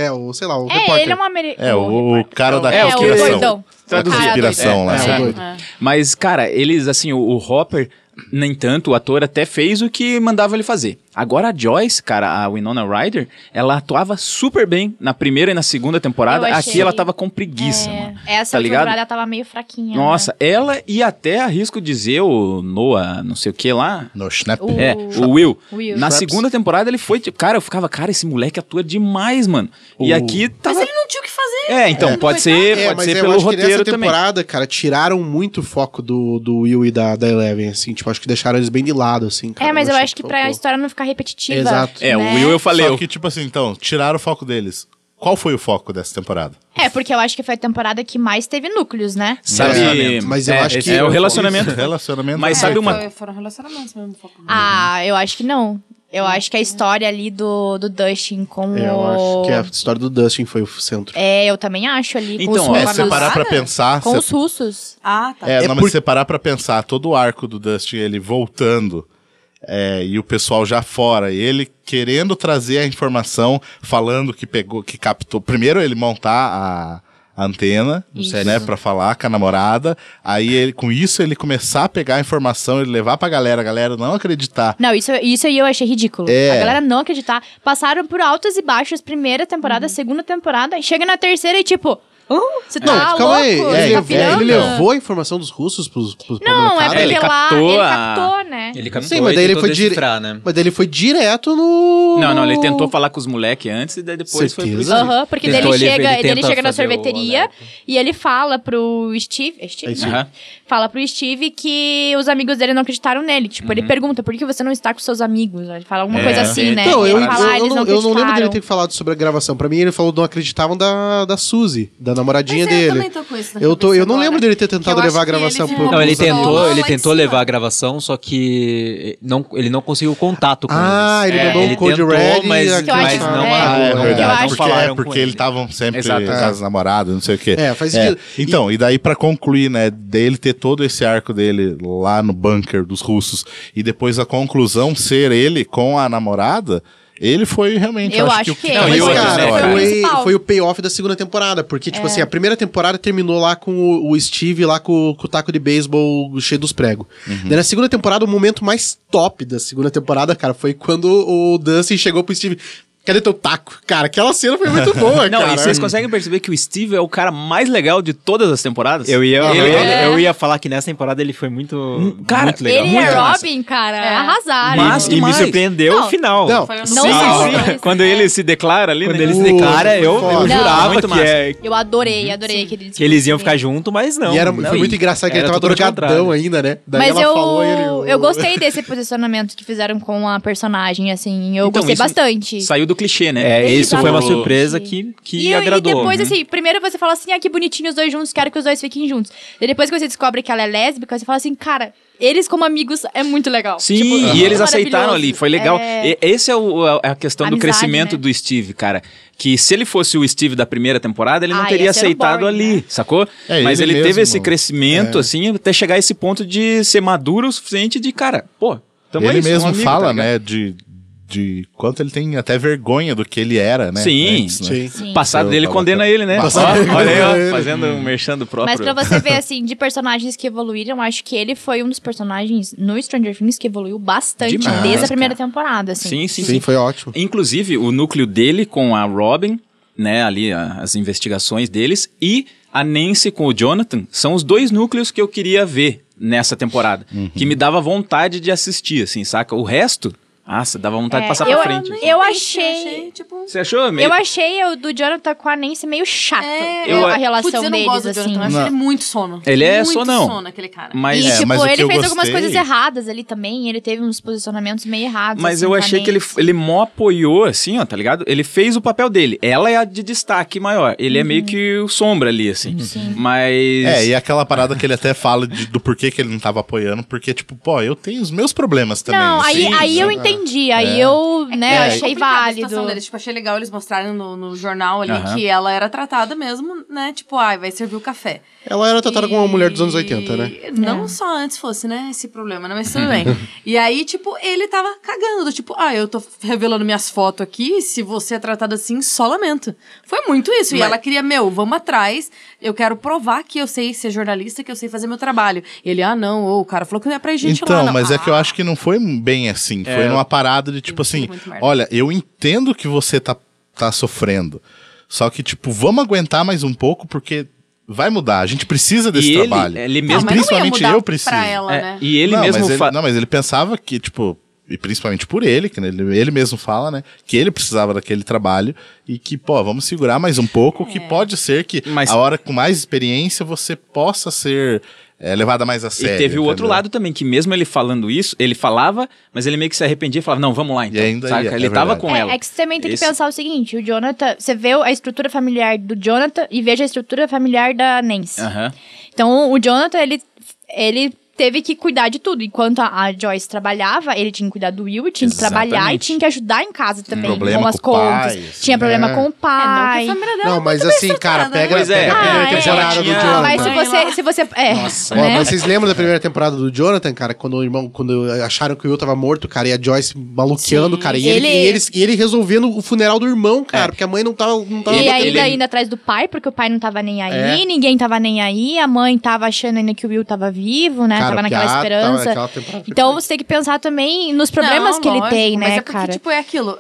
S4: é, é o, sei lá,
S5: é,
S4: o
S5: ele é
S4: repórter.
S5: um americano.
S2: É, o, o cara da
S6: É, o
S5: o
S2: conspiração.
S5: doidão.
S2: Da
S5: Traduz-
S2: conspiração lá.
S4: É,
S2: sabe?
S4: doido.
S6: Mas, cara, eles, assim, o, o Hopper, nem tanto, o ator até fez o que mandava ele fazer. Agora a Joyce, cara, a Winona Ryder, ela atuava super bem na primeira e na segunda temporada.
S5: Eu achei.
S6: Aqui ela tava com preguiça,
S5: É,
S6: mano.
S5: Essa
S6: tá ligado?
S5: temporada tava meio fraquinha. né?
S6: Nossa, ela e até arrisco dizer o Noah, não sei o que lá.
S2: No Snap.
S5: O-
S6: É, o Will.
S5: Will.
S6: Na
S5: Traps.
S6: segunda temporada ele foi, tipo, cara, eu ficava, cara, esse moleque atua demais, mano. E
S4: O-
S6: aqui
S3: Mas
S6: tava.
S3: ele não tinha o que fazer.
S6: É, então, pode ser,
S4: É,
S6: pode
S4: mas
S6: ser
S4: eu
S6: pelo
S4: acho que nessa
S6: roteiro também.
S4: temporada, cara, tiraram muito o foco do, do Will e da, da Eleven, assim. Tipo, acho que deixaram eles bem de lado, assim. cara.
S5: É, mas eu acho que
S4: pô,
S5: pra
S4: pô.
S5: história não ficar repetitiva.
S4: Exato.
S5: né?
S6: É, o Will eu falei,
S2: Só
S6: eu
S2: que, tipo assim, então, tiraram o foco deles. Qual foi o foco dessa temporada?
S5: É, porque eu acho que foi a temporada que mais teve núcleos, né?
S6: Sabe,
S2: Relacionamento.
S4: Mas eu
S6: é,
S4: acho que-
S6: é o relacionamento.
S2: Relacionamento.
S6: Mas
S2: é
S6: sabe
S2: feito.
S6: uma-
S3: Foi- Foram relacionamentos mesmo. foco.
S5: Ah, eu acho que não. Eu acho que a história ali do, do Dustin com
S4: É, eu
S5: o...
S4: acho que a história do Dustin foi o centro.
S5: É, eu também acho ali.
S6: Então,
S5: com
S6: ó,
S5: os
S2: É,
S5: russos.
S2: se você parar pra pensar.
S5: Com
S2: você-
S5: os russos.
S3: Ah, tá.
S2: É,
S4: É
S2: não, mas
S4: por-
S2: se você parar pra pensar, todo o arco do Dustin, ele voltando é, e o pessoal já fora, e ele querendo trazer a informação, falando que pegou, que captou. Primeiro ele montar a antena, né, pra falar com a namorada. Aí ele, com isso ele começar a pegar a informação, ele levar pra galera, a galera não acreditar.
S5: Não, isso, isso aí eu achei ridículo.
S2: É.
S5: A galera não Uhum. acreditar. Passaram por altas e baixas, primeira temporada, segunda temporada. e Chega na terceira e tipo... Você tá
S4: Não,
S5: louco?
S4: calma aí.
S5: Você
S4: É,
S5: tá
S4: ele,
S5: pirando?
S4: ele levou a informação dos russos pros, pros pra
S5: Não, é
S4: molecada?
S5: porque
S6: ele
S5: lá
S6: captou
S5: ele
S6: a-
S5: captou, né?
S9: Ele captou
S4: Sim, mas daí
S9: e
S4: ele
S9: tentou
S4: foi dire-
S9: decifrar,
S5: é um
S9: né?
S4: Mas daí ele foi direto no.
S6: Não, não, ele tentou falar com os moleques antes e daí depois foi pro
S4: Certeza?
S6: Steve.
S5: Aham, porque daí
S9: Tentou,
S5: ele
S9: ele-
S5: chega,
S9: ele
S5: daí ele
S9: tenta
S5: chega na
S9: fazer o
S5: sorveteria e ele fala pro Steve. é Steve,
S4: É isso
S5: né?
S4: aí.
S6: Aham.
S5: Fala pro Steve que os amigos dele não acreditaram nele. Tipo, ele pergunta por que você não está com seus amigos? Ele fala alguma
S6: É.
S5: coisa assim, né?
S4: Então,
S5: Ele
S4: eu,
S5: fala, "Ah,
S4: eu,
S5: eles
S4: não, eu não lembro dele
S5: acreditaram."
S4: ter falado sobre a gravação. Pra mim, ele falou que não acreditavam da, da Suzy, da namoradinha
S3: Mas é, Eu,
S4: dele.
S3: também tô com isso na
S4: Eu, tô,
S3: cabeça
S4: eu não
S3: agora.
S4: lembro dele ter
S3: Eu
S4: tentado
S3: acho
S4: levar a
S3: que ele
S4: gravação
S3: ficou
S4: pro.
S9: Não, ele
S3: Vamos
S9: tentou,
S3: lá
S9: ele
S3: em
S9: tentou
S3: cima.
S9: levar a gravação, só que não, ele não conseguiu contato com
S4: Ah,
S9: eles.
S4: ele
S6: É,
S4: mandou um code
S9: tentou,
S4: red e
S9: mas,
S4: aquilo
S9: mas
S5: que
S9: não
S5: eu
S2: Ah,
S5: acho.
S9: arrumou,
S2: é
S9: não
S2: verdade. porque
S9: falaram com
S2: é, porque
S4: tá
S9: ele.
S2: eles estavam sempre
S6: Exato,
S2: com
S6: exato.
S2: as namoradas, não sei o quê.
S4: É, faz
S2: É,
S4: sentido.
S2: Então, e daí pra concluir, né, dele ter todo esse arco dele lá no bunker dos russos e depois a conclusão ser ele com a namorada, ele foi realmente,
S5: Eu acho
S2: o
S5: que
S2: que
S5: é.
S2: mais
S4: Mas,
S6: e outra,
S2: cara,
S4: cara,
S6: né, cara?
S4: foi,
S5: Principal. É.
S4: foi o payoff da segunda temporada. Porque, tipo assim, a primeira temporada terminou lá com o, o Steve lá com, com o taco de beisebol cheio dos pregos.
S6: Uhum.
S4: Daí na segunda temporada, o momento mais top da segunda temporada, cara, foi quando o Dustin chegou pro Steve. Cadê teu taco? Cara, aquela cena foi muito boa,
S6: Não,
S4: cara.
S6: e vocês conseguem perceber que o Steve é o cara mais legal de todas as temporadas?
S9: Eu ia,
S6: Ele-
S9: eu,
S5: É.
S9: eu ia falar que nessa temporada ele foi muito,
S6: cara,
S9: muito legal.
S5: Ele e
S9: muito
S5: a
S9: massa.
S5: Robin, cara,
S3: É.
S5: arrasaram.
S9: Mas,
S6: Mas
S9: e me
S6: demais.
S9: surpreendeu
S5: Não,
S9: o final.
S4: Não,
S3: Foi um-
S5: Não
S3: Sim,
S5: só
S3: sim.
S5: isso,
S6: Quando
S5: né?
S6: ele se declara ali,
S9: Quando
S6: né?
S9: ele se
S4: Uh,
S9: declara, eu,
S4: foda.
S9: eu
S5: Não.
S9: jurava
S6: Muito
S9: que, é-
S5: Eu adorei, adorei que eles
S9: que eles iam ficar junto, mas não.
S4: e era,
S9: não,
S4: foi muito engraçado que ele
S9: era
S4: tava
S9: totalmente
S4: drogadão
S9: contrário.
S4: ainda, né? Daí
S5: Mas
S4: ela
S5: eu,
S4: falou e ele.
S5: eu gostei desse posicionamento que fizeram com a personagem, assim. Eu
S6: Então,
S5: gostei
S6: isso-
S5: bastante.
S6: Saiu do clichê, né?
S9: É, isso foi uma
S5: Exatamente.
S9: surpresa que, que
S5: e, eu-
S9: agradou. né?
S5: e depois, assim, primeiro você fala assim, ah, que bonitinho os dois juntos, quero que os dois fiquem juntos. E depois que você descobre que ela é lésbica, você fala assim, cara, eles como amigos é muito legal.
S6: Sim,
S5: Tipo,
S6: e eles
S5: maravilhoso.
S6: aceitaram ali, foi legal.
S5: É,
S6: E- Esse é o, a- a questão do
S5: Amizade,
S6: crescimento
S5: né?
S6: do Steve, cara. Que se ele fosse o Steve da primeira temporada, ele não
S5: Ah,
S6: teria
S5: ia ser o
S6: aceitado
S5: boring,
S6: ali,
S5: né?
S6: sacou?
S2: É,
S6: Mas
S2: ele
S6: ele, teve
S2: mesmo.
S6: esse
S4: É.
S6: crescimento, assim, até chegar a esse ponto de ser maduro o suficiente de, cara, pô, tamo aí,
S2: ele
S6: somos
S2: mesmo
S6: amigos,
S2: fala,
S6: tá ligado?
S2: né, de, de quanto ele tem até vergonha do que ele era, né?
S6: Sim.
S2: antes, né?
S4: Sim.
S5: sim.
S6: Passado
S2: Seu
S6: dele
S2: babaca.
S6: condena ele, né?
S2: Passado
S6: Ó,
S2: dele
S6: olha aí,
S2: condena
S6: ó,
S2: ele.
S6: fazendo um merchan do próprio.
S5: Mas pra você ver, assim, de personagens que evoluíram, acho que ele foi um dos personagens no Stranger Things que evoluiu bastante
S6: Demais,
S5: desde a
S6: cara.
S5: primeira temporada, assim.
S6: Sim, sim,
S4: Sim,
S6: sim.
S4: foi ótimo.
S6: Inclusive, o núcleo dele com a Robin, né, ali a- as investigações deles, e a Nancy com o Jonathan, são os dois núcleos que eu queria ver nessa temporada.
S2: Uhum.
S6: Que me dava vontade de assistir, assim, saca? O resto, nossa, dava vontade
S5: É,
S6: de passar
S5: eu-
S6: pra frente.
S5: eu-
S6: assim.
S5: achei-
S3: um tipo,
S6: Você achou? Meio...
S5: Eu achei o do Jonathan com a Nancy meio chato,
S3: é,
S6: eu-
S5: a
S3: putz,
S5: relação
S3: eu não
S5: deles,
S3: gosto do
S5: assim.
S3: Jonathan, eu acho
S2: Não.
S3: ele muito sono.
S6: Ele é
S3: muito
S6: sonão.
S3: sono, aquele cara.
S6: Mas,
S5: E,
S2: É,
S5: tipo,
S2: mas o que
S5: ele
S2: eu
S5: fez algumas
S2: gostei-
S5: coisas erradas ali também. Ele teve uns posicionamentos meio errados.
S6: mas
S5: assim,
S6: eu
S5: com a
S6: achei que ele,
S5: Nancy.
S6: ele mó apoiou, assim, ó, tá ligado? Ele fez o papel dele. Ela é a de destaque maior. Ele é meio
S5: Uhum.
S6: que o sombra ali, assim.
S5: Sim.
S6: Mas.
S2: É, e aquela parada que ele até fala de- do porquê que ele não tava apoiando, porque, tipo, pô, eu tenho os meus problemas também.
S5: Não, aí,
S2: assim,
S5: aí eu
S2: né?
S5: entendi. Aí eu, né,
S2: É,
S5: achei
S3: complicada a
S5: válido.
S3: situação deles. Tipo, achei legal eles mostrarem no, no jornal ali
S6: Aham.
S3: que ela era tratada mesmo, né? Tipo, ai, vai servir o café.
S4: Ela era Tá tratada como uma mulher dos anos 80, né?
S3: E Não
S6: É.
S3: só antes fosse, né, esse problema, né? Mas tudo bem. e aí, tipo, ele tava cagando. do Tipo, ah, eu tô revelando minhas fotos aqui, se você é tratado assim, só lamento. Foi muito isso. E ela queria, meu, vamos atrás, eu quero provar que eu sei ser jornalista, que eu sei fazer meu trabalho. Ele, ah, não, ô, o cara falou que não é pra gente lá,
S2: Então,
S3: não.
S2: mas é
S3: Ah,
S2: que eu acho que não foi bem assim. Foi
S6: É.
S2: numa parada de tipo assim:
S3: muito merda.
S2: olha, eu entendo que você tá, tá sofrendo. Só que, tipo, vamos aguentar mais um pouco, porque vai mudar. A gente precisa desse
S6: E ele- é
S2: trabalho.
S6: ele
S3: não,
S6: mesmo
S3: mas não ia
S2: principalmente
S3: mudar
S2: eu preciso.
S3: Pra ela,
S6: É,
S3: né?
S6: E ele
S2: não,
S6: mesmo
S2: mas ele,
S6: fa-
S2: não, mas ele pensava que, tipo, e principalmente por ele, que ele, ele mesmo fala, né? Que ele precisava daquele trabalho e que, pô, vamos segurar mais um pouco,
S3: É.
S2: que pode ser que
S6: Mas-
S2: a hora com mais experiência você possa ser é, levada mais a sério.
S6: e teve o outro
S2: entendeu?
S6: lado também, que mesmo ele falando isso, ele falava, mas ele meio que se arrependia e falava, não, vamos lá então.
S2: E ainda
S6: saca?
S2: ia, é
S6: ele tava
S2: verdade.
S6: com
S5: é,
S6: ela.
S5: é que você também tem
S6: Esse-
S5: que pensar o seguinte: o Jonathan, você vê a estrutura familiar do Jonathan e veja a estrutura familiar da Nancy.
S6: Aham.
S5: Então, o Jonathan, ele, ele teve que cuidar de tudo. Enquanto a, a Joyce trabalhava, ele tinha que cuidar do Will, tinha que trabalhar e
S6: Exatamente.
S5: tinha que ajudar em casa também,
S2: Problema
S5: com as
S2: com o pai,
S5: contas.
S2: assim,
S5: tinha problema
S4: né?
S5: com o
S3: É, não que
S5: pai.
S3: a família dela
S4: Não,
S3: muito
S4: mas
S3: bem
S4: assim, cara,
S3: tratada, né?
S4: pega,
S6: Pois é.
S4: pega a primeira
S5: Ah, é.
S4: temporada do
S6: Tinha-
S4: Jonathan.
S5: Mas se
S3: Vai
S5: você,
S3: lá.
S5: se você, é,
S4: Ó,
S5: né?
S4: Mas vocês lembram da primeira temporada do Jonathan, cara? Quando o irmão, quando acharam que o Will tava morto, cara, e a Joyce maluqueando,
S3: Sim.
S4: cara. E ele,
S5: Ele- É.
S4: e eles- e ele resolvendo o funeral do irmão, cara, porque a mãe não tava. Não tava
S5: E
S6: Ele-
S5: ainda
S6: ele-
S5: indo atrás do pai, porque o pai não tava nem aí,
S4: É.
S5: ninguém tava nem aí, a mãe tava achando ainda que o Will tava vivo, né?
S4: cara,
S5: tava naquela
S4: piada,
S5: esperança.
S4: naquela temporada.
S5: Então você tem que pensar também nos problemas
S3: Não,
S5: que ele
S3: lógico,
S5: tem, né,
S3: mas é porque,
S5: cara?
S3: tipo, é aquilo.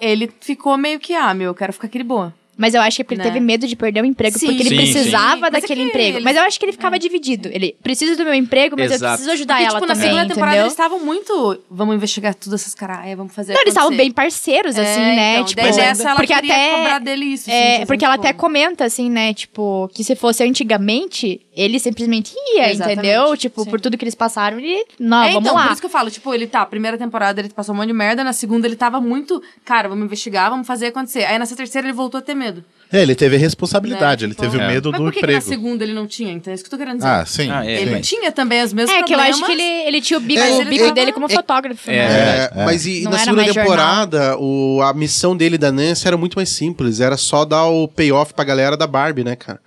S3: Ele ficou meio que, ah, meu, eu quero ficar aqui de boa.
S5: Mas eu acho que ele
S3: Né?
S5: teve medo de perder o emprego
S3: Sim.
S5: porque ele
S6: Sim,
S5: precisava
S3: sim. Mas é
S5: daquele
S3: que
S5: emprego.
S3: ele- É.
S5: Mas eu acho que ele ficava dividido. Ele precisa do meu emprego, mas eu
S6: Exato.
S5: preciso ajudar
S3: Porque,
S5: ela
S3: tipo, na
S5: também,
S3: segunda temporada
S5: entendeu?
S3: eles estavam muito. Vamos investigar tudo essas caras. Vamos fazer.
S5: Não, eles estavam
S3: acontecer."
S5: bem parceiros,
S3: É,
S5: assim, né?
S3: então,
S5: tipo,
S3: daí nessa ela
S5: porque
S3: queria
S5: até
S3: cobrar dele isso.
S5: É,
S3: gente,
S5: porque
S3: assim,
S5: ela até
S3: como?
S5: comenta, assim, né? Tipo, que se fosse antigamente, ele simplesmente ia,
S3: Exatamente,
S5: entendeu? Tipo,
S3: sim.
S5: por tudo que eles passaram, ele. Não,
S3: é,
S5: vamos
S3: então,
S5: lá.
S3: por isso que eu falo, tipo, ele tá, primeira temporada ele passou um monte de merda, na segunda ele tava muito, cara, vamos investigar, vamos fazer acontecer. Aí nessa terceira ele voltou a ter medo.
S2: É, ele teve a responsabilidade,
S3: Né?
S2: ele teve
S3: Tipo,
S2: o medo
S3: Mas
S2: do
S3: por que, que na
S2: emprego.
S3: segunda ele não tinha? Então é isso que eu tô querendo dizer.
S2: ah, sim.
S6: Ah, é,
S2: sim.
S3: ele tinha também as mesmas
S5: É, que eu acho que ele, ele tinha o bico,
S4: É,
S5: o
S4: ele
S5: bico
S4: tava-
S5: dele como fotógrafo.
S6: É,
S4: É,
S5: né?
S2: é.
S4: mas e
S5: Não
S4: na
S5: era
S4: segunda
S5: mais
S4: temporada, o, a missão dele e da Nancy era muito mais simples. Era só dar o payoff pra galera da Barbie, né, cara?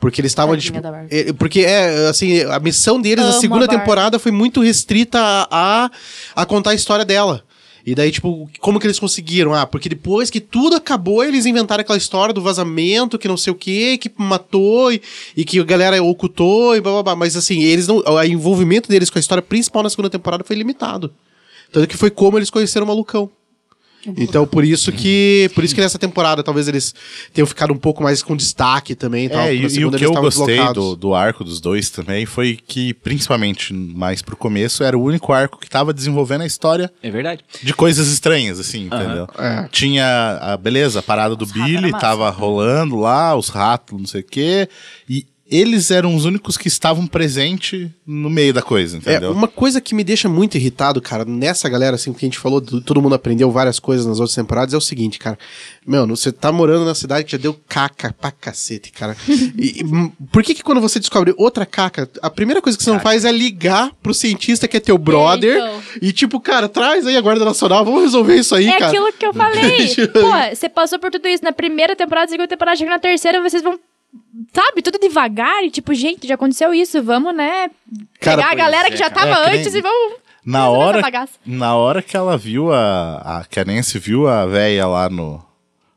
S4: Porque eles estavam,
S3: Tadinha
S4: tipo...
S3: da Barbie.
S4: é, Porque, é, assim, a missão deles
S5: Amo
S4: na
S5: a
S4: segunda
S5: Barbie.
S4: temporada foi muito restrita a, a contar a história dela. E daí, tipo, como que eles conseguiram? Ah, porque depois que tudo acabou, eles inventaram aquela história do vazamento, que não sei o quê, que matou e, e que a galera ocultou e blá blá blá. Mas assim, eles não. O envolvimento deles com a história principal na segunda temporada foi limitado. Tanto que foi como eles conheceram o malucão. Então, por isso que. Por isso que nessa temporada talvez eles tenham ficado um pouco mais com destaque também. e tal,
S2: É,
S4: porque na
S2: e, e o
S4: segunda
S2: que
S4: eles
S2: eu
S4: estavam
S2: gostei
S4: deslocados.
S2: do, do arco dos dois também foi que, principalmente mais pro começo, era o único arco que tava desenvolvendo a história
S6: É verdade.
S2: de coisas estranhas, assim, entendeu? Tinha, a, beleza, a parada do
S3: ratos
S2: Billy
S3: eram massa.
S2: tava rolando lá, os ratos, não sei o quê, e eles eram os únicos que estavam presentes no meio da coisa,
S4: É,
S2: entendeu?
S4: uma coisa que me deixa muito irritado, cara, nessa galera, assim, que a gente falou, do- todo mundo aprendeu várias coisas nas outras temporadas, é o seguinte, cara. Mano, você tá morando na cidade que já deu caca pra cacete, cara. E, e, hum, por que que quando você descobre outra caca, a primeira coisa que você não faz é ligar pro cientista que é teu brother
S5: então.
S4: e, tipo, cara, traz aí a Guarda Nacional, vamos resolver isso aí,
S5: É
S4: cara.
S5: aquilo que eu falei. Pô, você passou por tudo isso na primeira temporada, segunda temporada, chega na terceira, vocês vão. Sabe, tudo devagar e tipo, gente, já aconteceu isso, vamos, né?
S4: Cara,
S5: pegar a
S4: pois
S5: galera que já tava
S2: É, que nem-
S5: antes e vamos.
S2: Na
S5: Mas é
S2: hora,
S5: essa bagaça.
S2: na hora que ela viu a, a. Que a Nancy viu a véia lá no,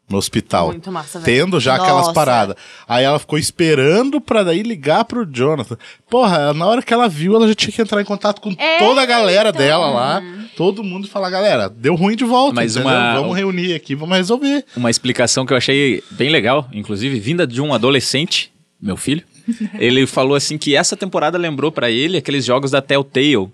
S2: no hospital.
S3: Muito massa, velho.
S2: Tendo já aquelas
S5: Nossa.
S2: paradas. Aí ela ficou esperando pra daí ligar pro Jonathan. Porra, na hora que ela viu, ela já tinha que entrar em contato com
S5: É,
S2: toda a galera
S3: então.
S2: dela lá. Todo mundo e falar, galera, deu ruim de volta.
S6: Mas
S2: entendeu?
S6: uma-
S2: Vamos reunir aqui, vamos resolver.
S6: Uma explicação que eu achei bem legal, inclusive vinda de um adolescente, meu filho. ele falou assim que essa temporada lembrou pra ele aqueles jogos da Telltale,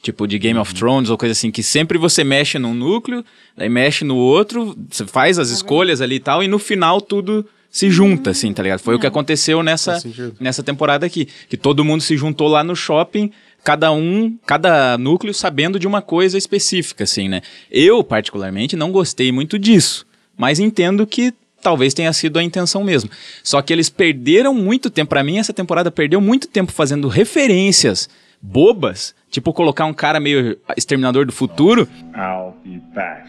S6: tipo de Game of Thrones ou coisa assim, que sempre você mexe num núcleo, daí mexe no outro, você faz as escolhas ali e tal, e no final tudo se junta, assim, tá ligado? Foi o que aconteceu nessa,
S4: sentido.
S6: nessa temporada aqui, que todo mundo se juntou lá no shopping, cada um, cada núcleo sabendo de uma coisa específica, assim, né? Eu, particularmente, não gostei muito disso, mas entendo que talvez tenha sido a intenção mesmo. Só que eles perderam muito tempo, Pra mim essa temporada perdeu muito tempo fazendo referências bobas, tipo colocar um cara meio exterminador do futuro,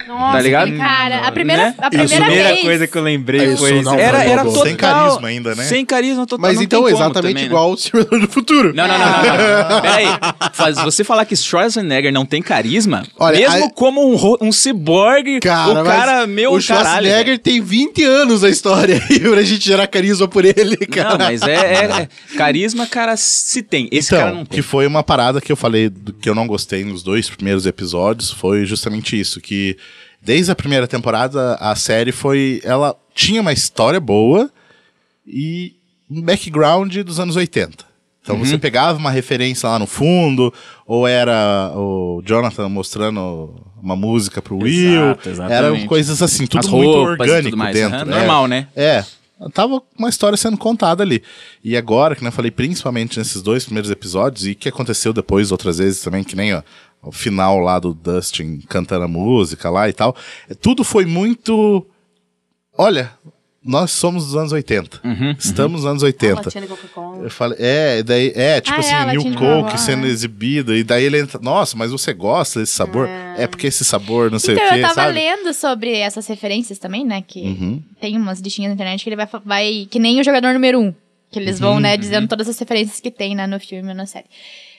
S3: Nossa,
S6: tá ligado?
S3: aquele
S5: Cara, a primeira,
S6: Né?
S5: a
S7: A
S5: primeira,
S7: primeira
S5: vez.
S7: coisa que eu lembrei
S4: Isso,
S7: foi.
S4: não,
S7: esse-
S6: Era, era total...
S2: Sem carisma ainda, né?
S6: Sem carisma total.
S4: Mas
S6: não
S4: então,
S6: tem como
S4: exatamente
S6: também, né?
S4: igual o Senhor do Futuro.
S6: Não, não, não, não, não, não. Peraí. Faz- você falar que Schwarzenegger não tem carisma,
S4: Olha,
S6: mesmo
S4: a-
S6: como um, ro- um ciborgue,
S4: Cara,
S6: o
S4: mas
S6: cara, meu caralho. velho.
S4: o Schwarzenegger tem 20 anos a história aí pra gente gerar carisma por ele, cara.
S6: Não, mas é, é- é- Carisma, cara, se tem. Esse
S2: então,
S6: cara não tem.
S2: que foi uma parada que eu falei do- que eu não gostei nos dois primeiros episódios, foi justamente isso, que desde a primeira temporada a série foi, ela tinha uma história boa e um background dos anos 80. Então
S6: Uhum.
S2: você pegava uma referência lá no fundo, ou era o Jonathan mostrando uma música pro Will,
S6: Exato, exatamente.
S2: eram coisas assim, tudo
S6: As
S2: muito
S6: roupas e tudo
S2: orgânico
S6: mais,
S2: dentro.
S6: aham, normal, né?
S2: É. Tava uma história sendo contada ali. E agora, que nem eu falei, principalmente nesses dois primeiros episódios, e que aconteceu depois outras vezes também, que nem ó, o final lá do Dustin cantando a música lá e tal. é, Tudo foi muito. Olha, nós somos dos anos 80.
S6: Uhum,
S2: Estamos nos anos 80.
S3: latinha de Coca-Cola.
S2: Eu falei, é, daí, é, tipo
S5: Ah, é,
S2: assim,
S5: a
S2: New
S5: latinha de
S2: Coke
S5: Coca-Cola.
S2: sendo exibido, e daí ele entra, nossa, mas você gosta desse sabor? É, porque esse sabor, não sei
S5: Então,
S2: o quê,
S5: eu tava
S2: sabe? Hum. Uhum.
S5: lendo sobre essas referências também, né? Que tem umas listinhas na internet que ele vai, fa- vai. Que nem o jogador número um. Que eles vão,
S2: Uhum,
S5: né, dizendo todas as referências que tem, né, no filme ou na série.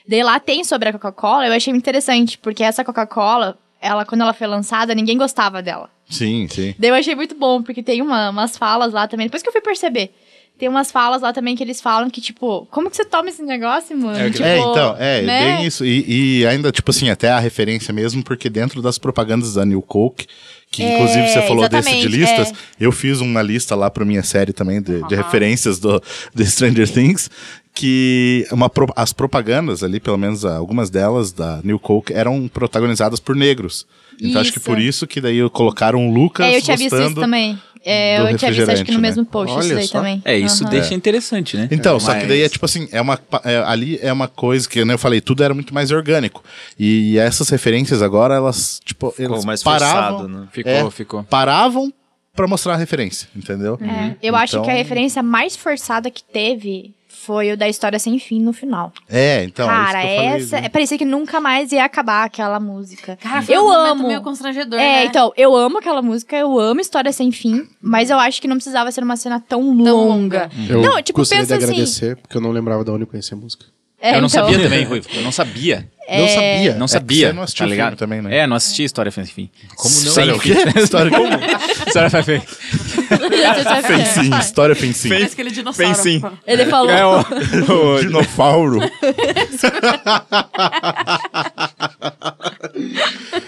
S5: Daí lá tem sobre a Coca-Cola, eu achei interessante, porque essa Coca-Cola, ela, quando ela foi lançada, ninguém gostava dela.
S2: Sim, sim.
S5: Daí eu achei muito bom, porque tem uma- umas falas lá também, depois que eu fui perceber. Tem umas falas lá também que eles falam que, tipo, como que você toma esse negócio, mano?
S6: É,
S5: tipo,
S2: é, então, é,
S5: né?
S2: bem isso. E, e ainda, tipo assim, até a referência mesmo, porque dentro das propagandas da New Coke, que
S5: É,
S2: inclusive você falou desse de
S5: exatamente,
S2: listas,
S5: é.
S2: eu fiz uma lista lá pra minha série também de, de referências do, de Stranger Things, que uma, pro- as propagandas ali, pelo menos ah, algumas delas da New Coke, eram protagonizadas por negros. Então acho que
S5: Isso.
S2: por isso que daí colocaram o Lucas
S5: É, eu tinha visto isso
S2: gostando
S5: também. É,
S2: do
S5: eu tinha visto, acho que no
S2: refrigerante, né?
S5: mesmo post
S4: Olha
S5: isso daí
S4: só.
S5: também.
S6: É, isso
S5: Aham.
S6: deixa interessante, né?
S2: Então, só que daí é
S6: Mas-
S2: tipo assim, é uma, pa- é, ali é uma coisa que, né, eu falei, tudo era muito mais orgânico. E, essas referências agora, elas, tipo,
S9: Ficou
S2: elas
S9: mais
S2: paravam,
S9: forçado, né?
S6: Ficou,
S2: É.
S6: ficou.
S2: paravam pra mostrar a referência, entendeu?
S5: É, Eu acho
S2: Então-
S5: que a referência mais forçada que teve foi o da história sem fim no final.
S2: É, então,
S5: Cara,
S2: é isso que eu falei,
S5: essa.
S2: né?
S5: é, Parecia que nunca mais ia acabar aquela música.
S3: Cara, foi
S5: eu
S3: um momento
S5: amo.
S3: meio constrangedor,
S5: É,
S3: né?
S5: então, eu amo aquela música, eu amo História Sem Fim, mas eu acho que não precisava ser uma cena tão longa.
S3: longa.
S4: Eu
S5: Não, tipo,
S4: gostaria
S5: pensa
S4: de
S5: assim-
S4: agradecer, porque eu não lembrava da onde eu conhecia a música.
S5: É,
S6: eu não
S5: então,
S6: sabia também, Ruivo. Eu não sabia.
S2: Não sabia.
S6: Não
S2: É que
S6: sabia.
S2: você não assistiu
S6: tá
S2: o filme
S6: ligado?
S2: também, né?
S6: É, não assisti História Sem Fim.
S9: Como não?
S6: Sem
S9: Olha,
S2: o quê? História como?
S6: História Sem Fim.
S2: Fez sim, história fez sim.
S3: Parece aquele dinossauro.
S6: Fez sim.
S5: Ele falou.
S6: É o... o-
S2: Dinofauro.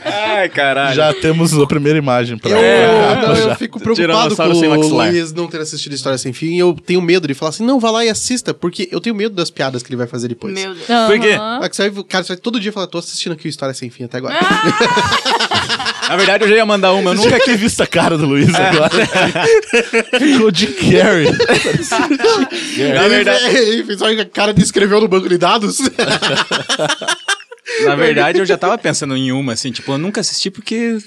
S6: Ai, caralho.
S2: Já temos a primeira imagem pra
S6: É,
S4: Eu-
S2: pra
S4: não,
S2: capa
S4: eu
S2: já.
S4: fico preocupado com
S6: Tiranossauro sem
S4: o
S6: maxilar.
S4: Luiz não ter assistido História Sem Fim e eu tenho medo de falar assim, não, vá lá e assista, porque eu tenho medo das piadas que ele vai fazer depois.
S3: Meu Deus.
S6: Por quê?
S5: Aham.
S4: Ah, que você vai- cara, você vai todo dia falar, tô assistindo aqui o História Sem Fim até agora.
S6: Na verdade, eu já ia mandar uma. Eu É.
S2: Eu nunca
S6: nunca...
S2: tinha visto a cara do Luiz agora. Ficou de Carrie.
S6: É. Na
S4: ele,
S6: verdade-
S4: ele fez olha, a cara de escreveu no banco de dados.
S6: Na verdade, eu já tava pensando em uma, assim. Tipo, eu nunca assisti porque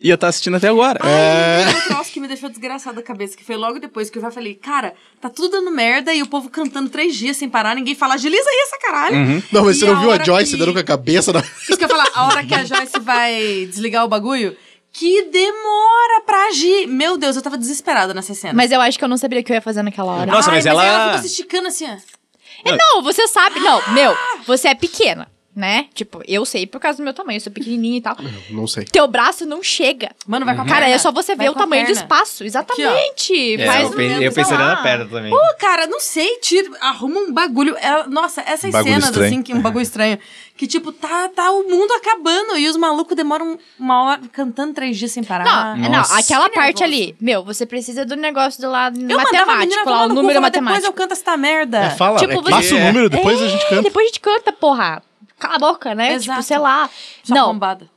S6: ia estar assistindo até agora.
S4: É.
S3: Tem um troço que me deixou desgraçada a cabeça, que foi logo depois que eu já falei, cara, tá tudo dando merda e o povo cantando três dias sem parar, ninguém fala, agiliza aí essa caralho.
S4: Uhum. não, mas
S3: E
S4: você não viu a
S3: hora
S4: Joyce
S3: que-
S4: dando com a cabeça na...
S3: Isso que eu ia falar, a hora que a Joyce vai desligar o bagulho, que demora pra agir. Meu Deus, eu tava desesperada nessa cena.
S5: Mas eu acho que eu não sabia o que eu ia fazer naquela hora.
S6: Nossa,
S3: Ai,
S6: mas
S3: aí
S6: ela-
S3: ela ficou se esticando assim, ó.
S5: É, não, você sabe. Não, meu, você é pequena, né? Tipo, eu sei por causa do meu tamanho, eu sou pequenininha e tal.
S4: Não sei.
S5: Teu braço não chega.
S3: Mano, vai com a
S5: Cara,
S3: perna.
S5: é só você
S3: Vai
S5: ver o
S3: com a
S5: tamanho do
S3: perna.
S5: espaço. Exatamente.
S9: É,
S5: Faz
S9: eu,
S5: um
S9: pe-
S5: menos,
S9: eu
S5: sei
S9: pensei
S5: lá. Uh!
S9: na perna também.
S3: Pô, cara, não sei, tira, arruma um bagulho. Ela- nossa, essas
S2: Bagulho
S3: cenas,
S2: estranho.
S3: assim, que um bagulho estranho. Que, tipo, tá, tá o mundo acabando e os malucos demoram um, uma hora cantando três dias sem parar.
S5: Ah, Não,
S6: Nossa.
S5: não, aquela
S3: Que
S5: parte
S3: nervoso.
S5: ali, meu, você precisa do negócio do lado
S3: Eu mandava a menina
S5: é matemático,
S3: tomar
S5: lá, o
S3: no cu,
S5: número é
S3: mas depois eu
S5: matemático.
S3: canto essa merda.
S2: É, fala,
S5: Tipo,
S2: é,
S5: você-
S2: passa o número, depois a gente
S5: É,
S2: canta.
S5: depois a gente canta, porra. Cala a boca, né?
S3: Exato.
S5: Tipo, sei lá.
S3: Só
S5: não,
S3: bombada.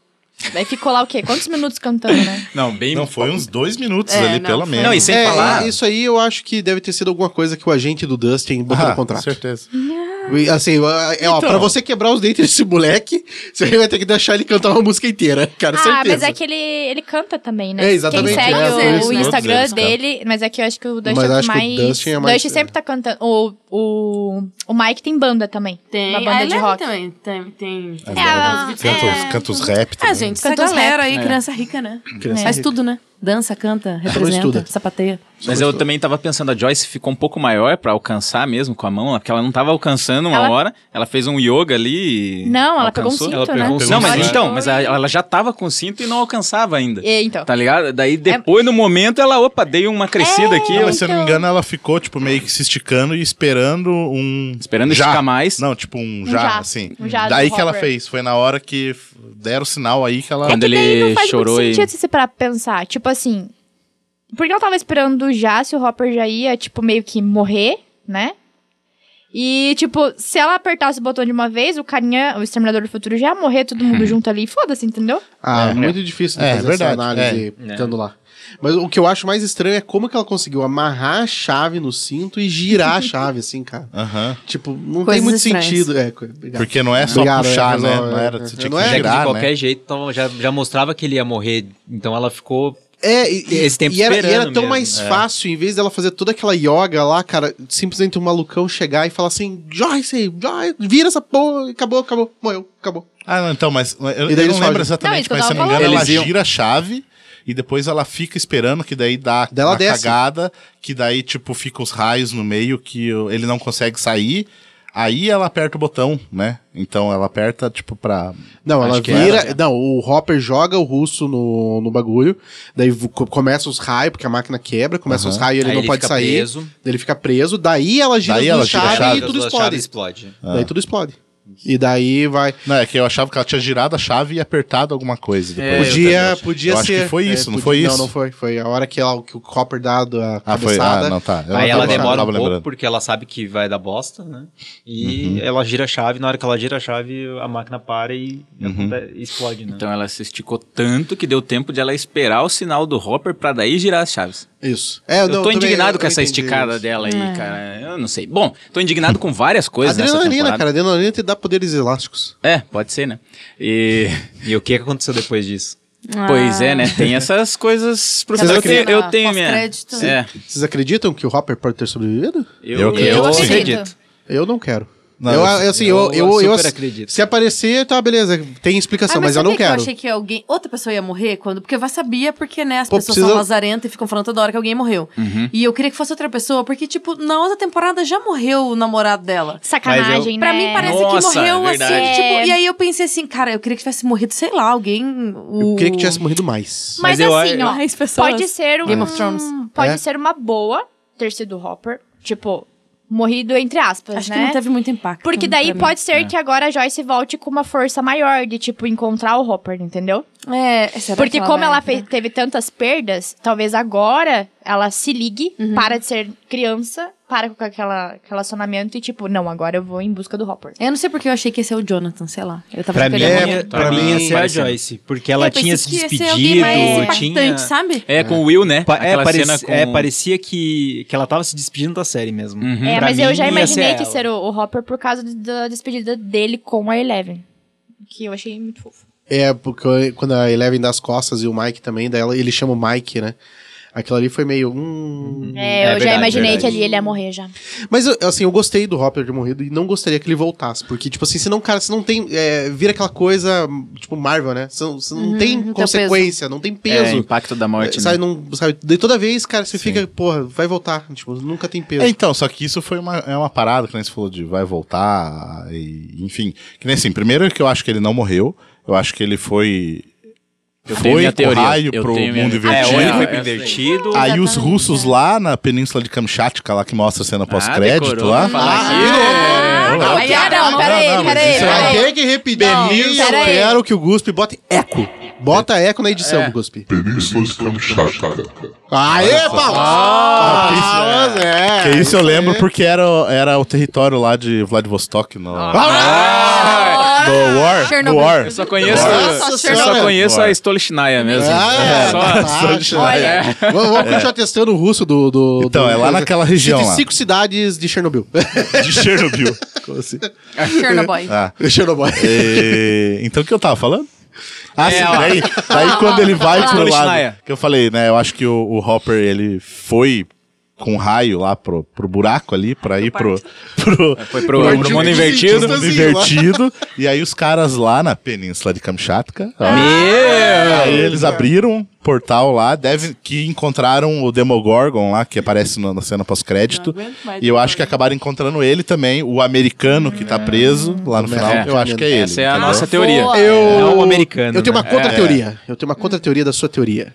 S5: aí ficou lá o quê? Quantos minutos cantando, né?
S6: Não, bem...
S2: Não, foi uns dois minutos
S3: É,
S2: ali,
S3: não,
S2: pelo
S3: foi-
S2: menos.
S6: Não, e sem
S4: É,
S6: falar...
S4: Isso aí eu acho que deve ter sido alguma coisa que o agente do Dustin botou
S2: Ah,
S4: no contrato.
S2: Com certeza.
S4: E, Assim, ó, é, ó,
S6: Então.
S4: pra você quebrar os dentes desse moleque, você vai ter que deixar ele cantar uma música inteira, cara,
S5: ah,
S4: certeza.
S5: mas é que ele, ele canta também, né?
S4: É, exatamente,
S5: Quem segue
S4: é,
S5: o,
S4: por isso,
S5: o
S4: né?
S5: Instagram
S2: Todos eles
S5: dele, mas é que eu acho que o Dustin
S4: Mas
S5: é o que
S4: acho que o
S5: mais...
S4: Dustin é mais-
S5: sempre tá cantando. O, o, o Mike tem é banda também.
S3: Tem. Ah,
S5: Uma
S3: é
S5: banda
S3: a
S5: de
S3: Eleven
S5: rock.
S3: também. Tem. tem, tem
S5: É, a-
S2: Canta,
S5: é,
S2: os, canta os rap também.
S3: Ah, gente, essa
S5: Cantor
S3: galera aí,
S6: É.
S3: criança rica, né?
S4: Criança
S3: Faz
S4: rica.
S3: tudo, né? Dança, canta,
S4: estuda.
S3: representa, sapateia.
S6: Mas eu também tava pensando, a Joyce ficou um pouco maior pra alcançar mesmo com a mão, porque ela não tava alcançando uma
S5: Ela-
S6: hora, ela fez um yoga ali. e
S5: Não, ela pegou um
S6: alcançou.
S5: cinto,
S9: Ela
S5: né?
S9: pegou um cinto.
S6: Não, mas
S9: Ela
S6: então,
S5: foi-
S6: mas a- ela já tava com cinto e não alcançava ainda.
S5: E, então.
S6: Tá ligado? Daí depois, no momento, ela, opa, dei uma crescida aqui.
S2: Não,
S6: eu-
S2: Ah, mas se eu não me
S5: então-
S2: engano, ela ficou, tipo, meio que se esticando e esperando um.
S6: Esperando
S2: já.
S6: esticar mais.
S2: Não, tipo, um já,
S5: já.
S2: assim.
S5: Um já do
S2: Daí que ela
S5: Hopper.
S2: fez. Foi na hora que f- deram o sinal aí que ela.
S5: É que
S6: Quando
S5: daí
S6: ele
S5: não faz
S6: chorou
S5: muito
S6: e-
S5: sentido se você parar pra pensar. Tipo assim, por que ela tava esperando já se o Hopper já ia, tipo, meio que morrer, né? E, tipo, se ela apertasse o botão de uma vez, o carinha, o Exterminador do Futuro, já ia morrer todo mundo junto ali. Foda-se, entendeu?
S4: Ah,
S2: É.
S4: muito difícil de
S2: É,
S4: fazer
S2: verdade, é.
S4: essa análise estando lá. Mas o que eu acho mais estranho é como que ela conseguiu amarrar a chave no cinto e girar a chave, assim, cara.
S2: Aham.
S4: Tipo, não tem
S3: Coisas
S4: muito
S3: estranhas.
S4: sentido. É, co- obrigado.
S2: Porque não é só
S4: Obrigado,
S2: puxar,
S4: é,
S2: né?
S4: resolve,
S2: Não era.
S4: é.
S2: Você tinha
S4: Não
S2: que
S4: é?
S9: Já que de
S2: girar,
S9: qualquer
S2: né?
S9: jeito, então, já, já mostrava que ele ia morrer. Então ela ficou.
S4: É, e, e-
S9: Esse tempo
S4: e era, e era
S9: esperando
S4: tão
S9: mesmo,
S4: mais
S9: é.
S4: fácil, em vez dela fazer toda aquela yoga lá, cara, simplesmente um malucão chegar e falar assim, Joyce, Joyce, vira essa porra, acabou, acabou, morreu, acabou.
S2: Ah, não, então, mas. Eu,
S4: E daí
S2: eu
S4: eles
S2: não lembro
S4: fogem.
S5: Não, isso
S2: exatamente,
S5: que eu
S2: mas se eu
S5: tava
S2: não me engano,
S6: falando.
S2: ela
S6: Eles iam-
S2: gira a chave. E depois ela fica esperando que daí dá
S4: Daí ela
S2: uma
S4: desce.
S2: cagada, que daí, tipo, fica os raios no meio que o- ele não consegue sair. Aí ela aperta o botão, né? Então ela aperta, tipo, pra.
S4: Não, ela
S6: Acho que
S4: vira.
S6: era.
S4: Não, o Hopper joga o russo no, no bagulho. Daí vo- co- começa os raios, porque a máquina quebra, começa os raios e ele
S9: Aí
S4: não
S9: ele
S4: pode
S9: fica
S4: sair.
S9: preso.
S4: Daí Ele fica preso, daí ela gira
S2: Daí
S4: as
S2: ela
S4: duas
S2: gira a
S4: chaves
S2: chave.
S4: e tudo
S9: As duas
S4: explode.
S9: chaves Ah. explode.
S4: Daí tudo explode. E daí vai.
S2: Não, é que eu achava que ela tinha girado a chave e apertado alguma coisa.
S6: É,
S2: Depois.
S6: eu
S4: podia
S6: acho.
S4: podia
S2: Eu acho
S4: ser. É,
S2: que foi isso, não
S4: podia-
S2: foi isso?
S4: Não, não foi. Foi a hora que, ela, que o Hopper dá a cabeçada.
S2: Ah, foi. Ah, não, tá. Eu
S9: Aí
S2: não
S9: ela
S2: tava-
S9: demora
S2: não
S9: um
S2: tava
S9: pouco
S2: lembrando.
S9: porque ela sabe que vai dar bosta, né? E ela gira a chave, na hora que ela gira a chave, a máquina para e aconte- explode, né?
S6: Então ela se esticou tanto que deu tempo de ela esperar o sinal do Hopper pra daí girar as chaves.
S4: Isso. É,
S6: Eu,
S4: não,
S6: tô
S4: também-
S6: indignado
S4: eu-
S6: com
S4: eu
S6: essa
S4: entendi
S6: esticada
S4: isso.
S6: dela aí,
S3: É.
S6: cara. Eu não sei. Bom, tô indignado com várias coisas nessa
S4: Adrenalina,
S6: temporada.
S4: cara. Adrenalina te dá poderes elásticos.
S6: É, pode ser, né? E,
S9: E o que que aconteceu depois disso?
S3: Ah.
S6: pois é, né? Tem essas coisas pro
S3: Vocês
S6: Eu,
S3: acreditam?
S6: tenho- eu tenho minha...
S3: Pós-crédito.
S6: É,
S4: Vocês acreditam que o Hopper pode ter sobrevivido?
S2: Eu
S6: eu, eu,
S2: acredito.
S3: Eu
S9: acredito.
S3: acredito.
S4: Eu não quero.
S2: Não,
S4: eu,
S2: eu-
S4: assim, eu, eu,
S9: eu
S4: eu-
S9: super acredito.
S4: Se aparecer, tá, beleza. Tem
S3: Ah,
S4: explicação,
S3: mas
S4: mas, eu
S3: sabia
S4: não
S3: que eu
S4: quero.
S3: achei que alguém, outra pessoa ia morrer quando, porque eu sabia porque né, as
S4: Pô,
S3: pessoas são
S4: precisa- Uhum.
S3: lazarentas e ficam falando toda hora que alguém morreu. E eu queria que fosse outra pessoa, porque tipo, na outra temporada já morreu o namorado dela.
S5: Sacanagem, né?
S3: Pra mim parece
S6: Nossa,
S3: que morreu
S6: verdade.
S3: assim, tipo,
S5: É.
S3: e aí eu pensei assim, cara, eu queria que tivesse morrido, sei lá, alguém, o
S4: Eu queria que tivesse morrido mais.
S5: Mas,
S9: Mas eu
S5: assim,
S9: acho-
S5: ó,
S3: mais pessoas.
S5: pode ser um...
S3: Game of Thrones.
S5: Pode
S4: É.
S5: ser uma boa ter sido o Hopper. Tipo, morrido entre aspas,
S3: Acho
S5: né?
S3: que não teve muito impacto.
S5: Porque daí pode ser que agora a Joyce volte com uma força maior de, tipo, encontrar o Hopper, entendeu?
S3: É, será que
S5: Porque como
S3: vai,
S5: ela
S3: né?
S5: fe- teve tantas perdas, talvez agora ela se ligue, para de ser criança, para com aquele relacionamento e, tipo, não, agora eu vou em busca do Hopper.
S3: Eu não sei porque eu achei que esse é o Jonathan, sei lá. Eu tava
S9: Pra mim,
S3: esperando
S4: é-
S3: alguém-
S9: é, assim. pra
S4: pra
S9: mim ia
S4: mim,
S9: ser a
S6: parecendo.
S9: Joyce, porque ela
S3: Eu pensei
S9: tinha se
S3: que ia ser
S9: despedido,
S3: alguém mais
S9: tinha...
S3: impactante, sabe?
S6: É, com o Will, né?
S9: Pa- é,
S6: Aquela
S9: pareci-
S6: cena com...
S9: é, parecia que, que ela tava se despedindo da série mesmo.
S6: Uhum.
S5: É,
S9: Pra
S5: mas eu
S9: mim,
S5: já
S9: ia
S5: imaginei que
S9: ela.
S5: ser o, o Hopper por causa de- da despedida dele com a Eleven. Que eu achei muito fofo.
S4: É, porque quando a Eleven dá as costas e o Mike também, daí ela- ele chama o Mike, né? Aquilo ali foi meio. Hum...
S5: É, eu já
S6: verdade,
S5: imaginei
S6: verdade.
S5: que ali ele ia morrer já.
S4: Mas eu- assim, eu gostei do Hopper ter morrido e não gostaria que ele voltasse. Porque, tipo assim, senão, cara, você não tem. é, vira aquela coisa, tipo, Marvel, né? Você, não- você não tem
S3: não tem
S4: consequência, não tem
S6: É,
S4: peso.
S6: impacto da morte, né?
S4: sabe, não, sabe, de toda vez, cara, você fica, porra, vai voltar. Tipo, nunca tem peso.
S2: É, então, só que isso foi uma, é uma parada que nem você falou de vai voltar, e, enfim. Que nem assim, primeiro que eu acho que ele não morreu, eu acho que ele foi.
S6: Eu tenho
S2: foi
S6: minha
S2: com
S6: teoria.
S2: raio
S6: Eu
S2: pro
S6: tenho minha-
S2: mundo
S6: Ah, é,
S2: invertido.
S6: ou ele foi pro
S9: Essa aí.
S6: invertido.
S2: Aí os
S3: Exatamente,
S2: russos
S3: é.
S2: lá na Península de Kamchatka, lá que mostra a cena pós-crédito
S6: Ah, decorou.
S2: lá. Ah,
S6: Falar
S4: Ah,
S6: aqui.
S2: É,
S3: não,
S2: olha.
S3: piada, não,
S2: não,
S5: Ah, peraí,
S2: mas
S5: peraí,
S2: isso
S4: Você
S2: aí-
S4: vai
S5: peraí.
S4: ter que repetir.
S5: Não,
S4: eu
S5: peraí.
S4: quero que o Guspe bote eco. Bota
S2: É.
S4: eco na edição, Guspe. Aê, Paulo! Palmas, é.
S2: Ah, Que isso eu lembro porque era, o- era o território lá de Vladivostok no. Ah! Do War? Do
S3: Chernobyl.
S2: War.
S6: Eu só conheço,
S4: Nossa
S6: eu
S4: senhora.
S6: só conheço
S2: Bora.
S6: a Stolichnaya mesmo.
S2: É,
S4: Ah,
S6: só,
S4: fantástico. Vamos, vamos continuar testando o russo do. do
S2: Então,
S4: do-
S2: é lá naquela região
S4: Tem
S2: lá.
S4: cinco cidades de Chernobyl.
S2: De Chernobyl. Como assim?
S3: Chernobyl.
S2: Ah.
S4: Chernobyl.
S2: É, então o que eu tava falando? Ah,
S6: É,
S2: sim,
S6: ó. Ah,
S2: daí, daí quando ele vai pro
S6: Stolichnaya.
S2: lado. Que eu falei, né? Eu acho que o, o Hopper ele foi com raio lá pro, pro buraco ali, pra ir pro. pro
S6: Foi pro, pro mundo invertido.
S2: mundo invertido. E aí os caras lá na península de Kamchatka. ó,
S6: Meu!
S2: Aí eles abriram um portal lá, deve que encontraram o Demogorgon lá, que aparece na na cena pós-crédito.
S3: Não aguento mais
S2: E eu acho que acabaram encontrando ele também, o americano que tá preso lá no
S4: É,
S2: final. Eu acho que é ele.
S6: Essa é a
S2: entendeu?
S6: nossa teoria.
S4: Eu,
S9: É um americano,
S4: Eu tenho uma
S9: né?
S2: É.
S4: contra-teoria. Eu tenho uma contra-teoria da sua teoria.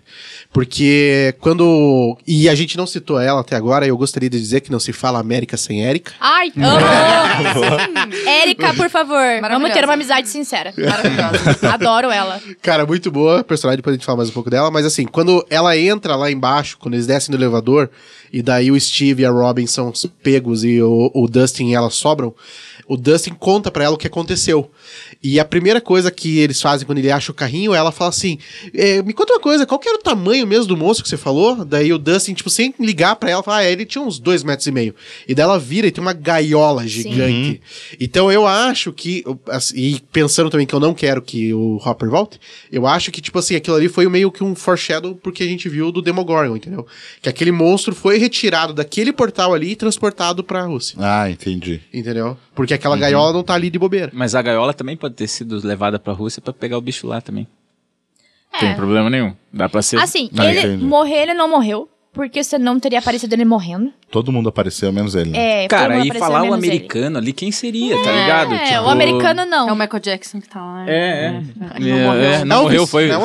S4: Porque quando. E a gente não citou ela até agora, eu gostaria de dizer que não se fala América sem Érica.
S5: Ai, amo! Érica, por favor, vamos
S3: Maravilhosa.
S5: ter uma amizade sincera.
S3: Maravilhosa.
S5: Adoro ela.
S4: Cara, muito boa personagem, depois a gente fala mais um pouco dela. Mas assim, quando ela entra lá embaixo, quando eles descem do elevador, e daí o Steve e a Robin são os pegos e o, o Dustin e ela sobram, o Dustin conta pra ela o que aconteceu. E a primeira coisa que eles fazem quando ele acha o carrinho, ela fala assim: "É, Me conta uma coisa, qual que era o tamanho mesmo do monstro que você falou? Daí o Dustin, tipo, sem ligar pra ela, fala: Ah, ele tinha uns dois metros e meio. E daí ela vira e tem uma gaiola gigante. Então eu acho que, assim, e pensando também que eu não quero que o Hopper volte, eu acho que, tipo assim, aquilo ali foi meio que um foreshadow porque a gente viu do Demogorgon, entendeu? Que aquele monstro foi retirado daquele portal ali e transportado pra Rússia,
S2: Ah, entendi.
S4: entendeu? Porque aquela gaiola não tá ali de bobeira.
S6: Mas a gaiola também pode ter sido levada pra Rússia pra pegar o bicho lá também. Tem problema nenhum. Dá pra ser.
S5: É. Assim,
S2: Ah,
S5: ele
S2: entendi.
S5: morrer, ele não morreu. porque você não teria aparecido ele morrendo.
S2: Todo mundo apareceu, menos ele. né?
S5: É, todo
S6: Cara,
S5: mundo
S6: e
S5: apareceu,
S6: falar o
S5: menos ele.
S6: americano ali, quem seria, tá ligado?
S5: É,
S6: Tipo,
S5: o americano não.
S3: É o Michael Jackson que tá lá. né?
S6: É, é.
S3: Ele não morreu.
S6: É, não
S4: Elvis.
S6: morreu, foi.
S4: É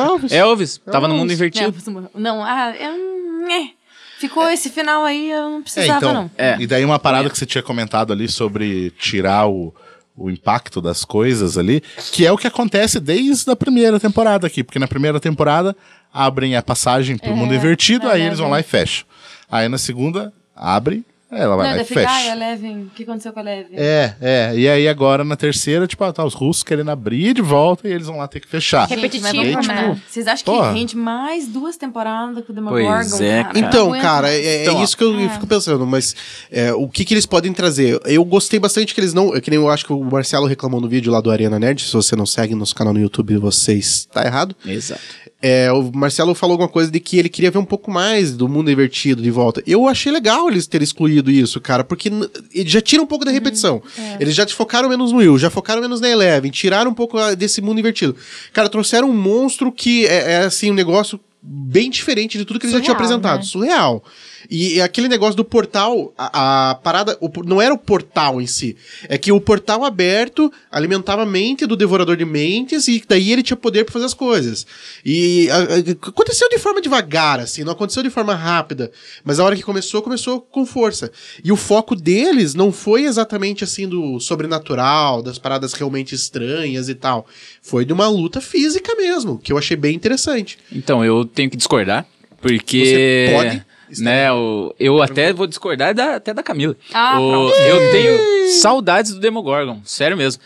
S4: o Elvis.
S6: tava no mundo
S3: Não,
S6: invertido.
S3: não morreu. É, Não, ah, é, hum, é. Ficou esse final aí, eu não
S2: É,
S3: precisava,
S2: então.
S3: não.
S6: É.
S2: E daí uma parada que você tinha comentado ali sobre tirar o, o impacto das coisas ali, que é o que acontece desde a primeira temporada aqui, porque na primeira temporada abrem a passagem pro mundo invertido, aí
S3: é,
S2: eles vão lá e fecham. Aí na segunda, abre, ela vai
S3: não,
S2: lá e
S3: daí fica, ah,
S2: fecha.
S3: Eleven, o que aconteceu com a Eleven?
S2: É, é. E aí agora na terceira, tipo, ah, tá os russos querendo abrir de volta e eles vão lá ter que fechar.
S5: Gente,
S3: Gente, mas
S5: Repetitivo,
S3: vamos
S5: né?
S3: combinar. Vocês acham
S2: Porra.
S3: que rende mais duas temporadas com o Demogorgon?
S6: Pois é, cara.
S4: Então,
S3: Aguenta.
S4: cara, é, é
S6: Então, ó.
S4: isso que eu fico pensando, mas é, o que, que eles podem trazer? Eu gostei bastante que eles não. é Que nem eu acho que o Marcelo reclamou no vídeo lá do Arena Nerd. Se você não segue nosso canal no YouTube, você está errado.
S6: Exato.
S4: É, o Marcelo falou alguma coisa de que ele queria ver um pouco mais do mundo invertido de volta. Eu achei legal eles terem excluído isso, cara, porque n- ele já tira um pouco da repetição. Eles já focaram menos no Will, já focaram menos na Eleven, tiraram um pouco ah, desse mundo invertido. Cara, trouxeram um monstro que é, é, assim, um negócio bem diferente de tudo que eles já tinham
S5: Surreal,
S4: apresentado.
S5: né?
S4: Surreal. E, e aquele negócio do portal, a, a parada, o por- não era o portal em si, é que o portal aberto alimentava a mente do devorador de mentes e daí ele tinha poder pra fazer as coisas. E a- a- aconteceu de forma devagar, assim, não aconteceu de forma rápida. Mas a hora que começou, começou com força. E o foco deles não foi exatamente assim do sobrenatural, das paradas realmente estranhas e tal. Foi de uma luta física mesmo, que eu achei bem interessante.
S6: Então, eu tenho que discordar, porque.
S4: Você pode
S6: Né, o, eu até vou discordar da, até da Camila.
S3: Ah,
S6: O- eu tenho saudades do Demogorgon, sério mesmo.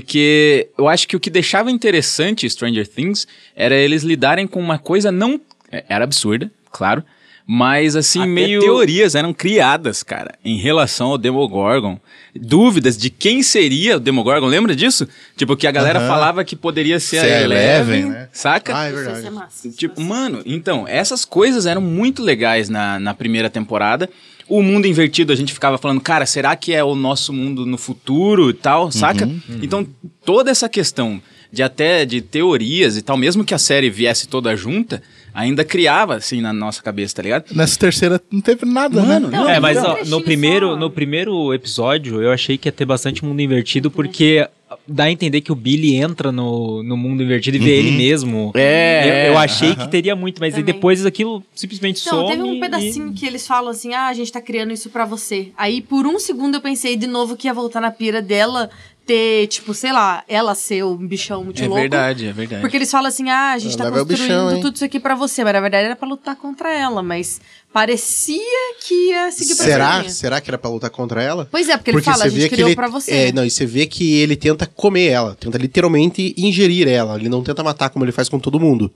S6: Porque eu acho que o que deixava interessante Stranger Things era eles lidarem com uma coisa não. é, Era absurda, claro. Mas assim,
S7: Até
S6: meio. Teorias eram criadas, cara, em relação ao Demogorgon. Dúvidas de quem seria o Demogorgon, lembra disso? Tipo, que a galera
S2: Aham.
S6: falava que poderia ser
S2: Se
S6: a
S2: é
S6: Eleven,
S2: Eleven, né?
S6: saca?
S4: Ah, é
S3: Isso
S4: verdade.
S3: é massa.
S6: Tipo, mano, então, essas coisas eram muito legais na, na primeira temporada. O mundo invertido, a gente ficava falando, cara, será que é o nosso mundo no futuro e tal, saca? Então, toda essa questão de até de teorias e tal, mesmo que a série viesse toda junta, ainda criava, assim, na nossa cabeça, tá ligado?
S2: Nessa terceira não teve nada,
S6: Mano,
S2: né?
S3: Não,
S9: é, mas
S3: não.
S9: ó,
S3: Trechinho
S9: no, primeiro,
S3: só.
S9: no primeiro episódio eu achei que ia ter bastante mundo
S3: Uhum.
S9: invertido, porque dá a entender que o Billy entra no, no mundo invertido e vê ele mesmo.
S6: É,
S9: Eu, eu
S6: é,
S9: achei que teria muito, mas aí
S3: Também.
S9: depois aquilo simplesmente
S3: Então,
S9: some.
S3: teve um
S9: e-
S3: pedacinho que eles falam assim: ah, a gente tá criando isso pra você. Aí, por um segundo, eu pensei de novo que ia voltar na pira dela ter, tipo, sei lá, ela ser um bichão muito
S6: É
S3: louco.
S6: verdade, é verdade.
S3: Porque eles falam assim: ah, a gente tá
S4: Lá vai o
S3: construindo
S4: bichão, hein?
S3: tudo isso aqui pra você. Mas na verdade era pra lutar contra ela, mas parecia que ia seguir pra
S4: Será,
S3: cima.
S4: será que era pra lutar contra ela?
S3: Pois é, porque, ele fala: a gente criou pra você.
S4: É, não, e você vê que ele tenta comer ela, tenta literalmente ingerir ela. Ele não tenta matar como ele faz com todo mundo.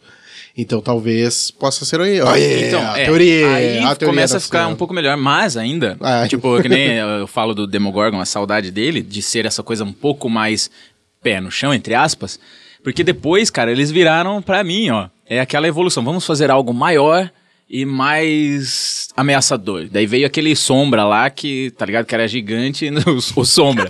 S4: Então talvez possa ser aí. Olha, a
S6: é,
S4: teoria.
S6: aí
S4: a teoria
S6: começa
S4: da
S6: a ficar
S4: cena.
S6: um pouco melhor, mas ainda,
S4: Ah.
S6: tipo, que nem eu falo do Demogorgon, a saudade dele, de ser essa coisa um pouco mais pé no chão, entre aspas, porque depois, cara, eles viraram pra mim, ó, é aquela evolução, vamos fazer algo maior e mais ameaçador. Daí veio aquele Sombra lá, que, tá ligado, que era gigante, o, o Sombra.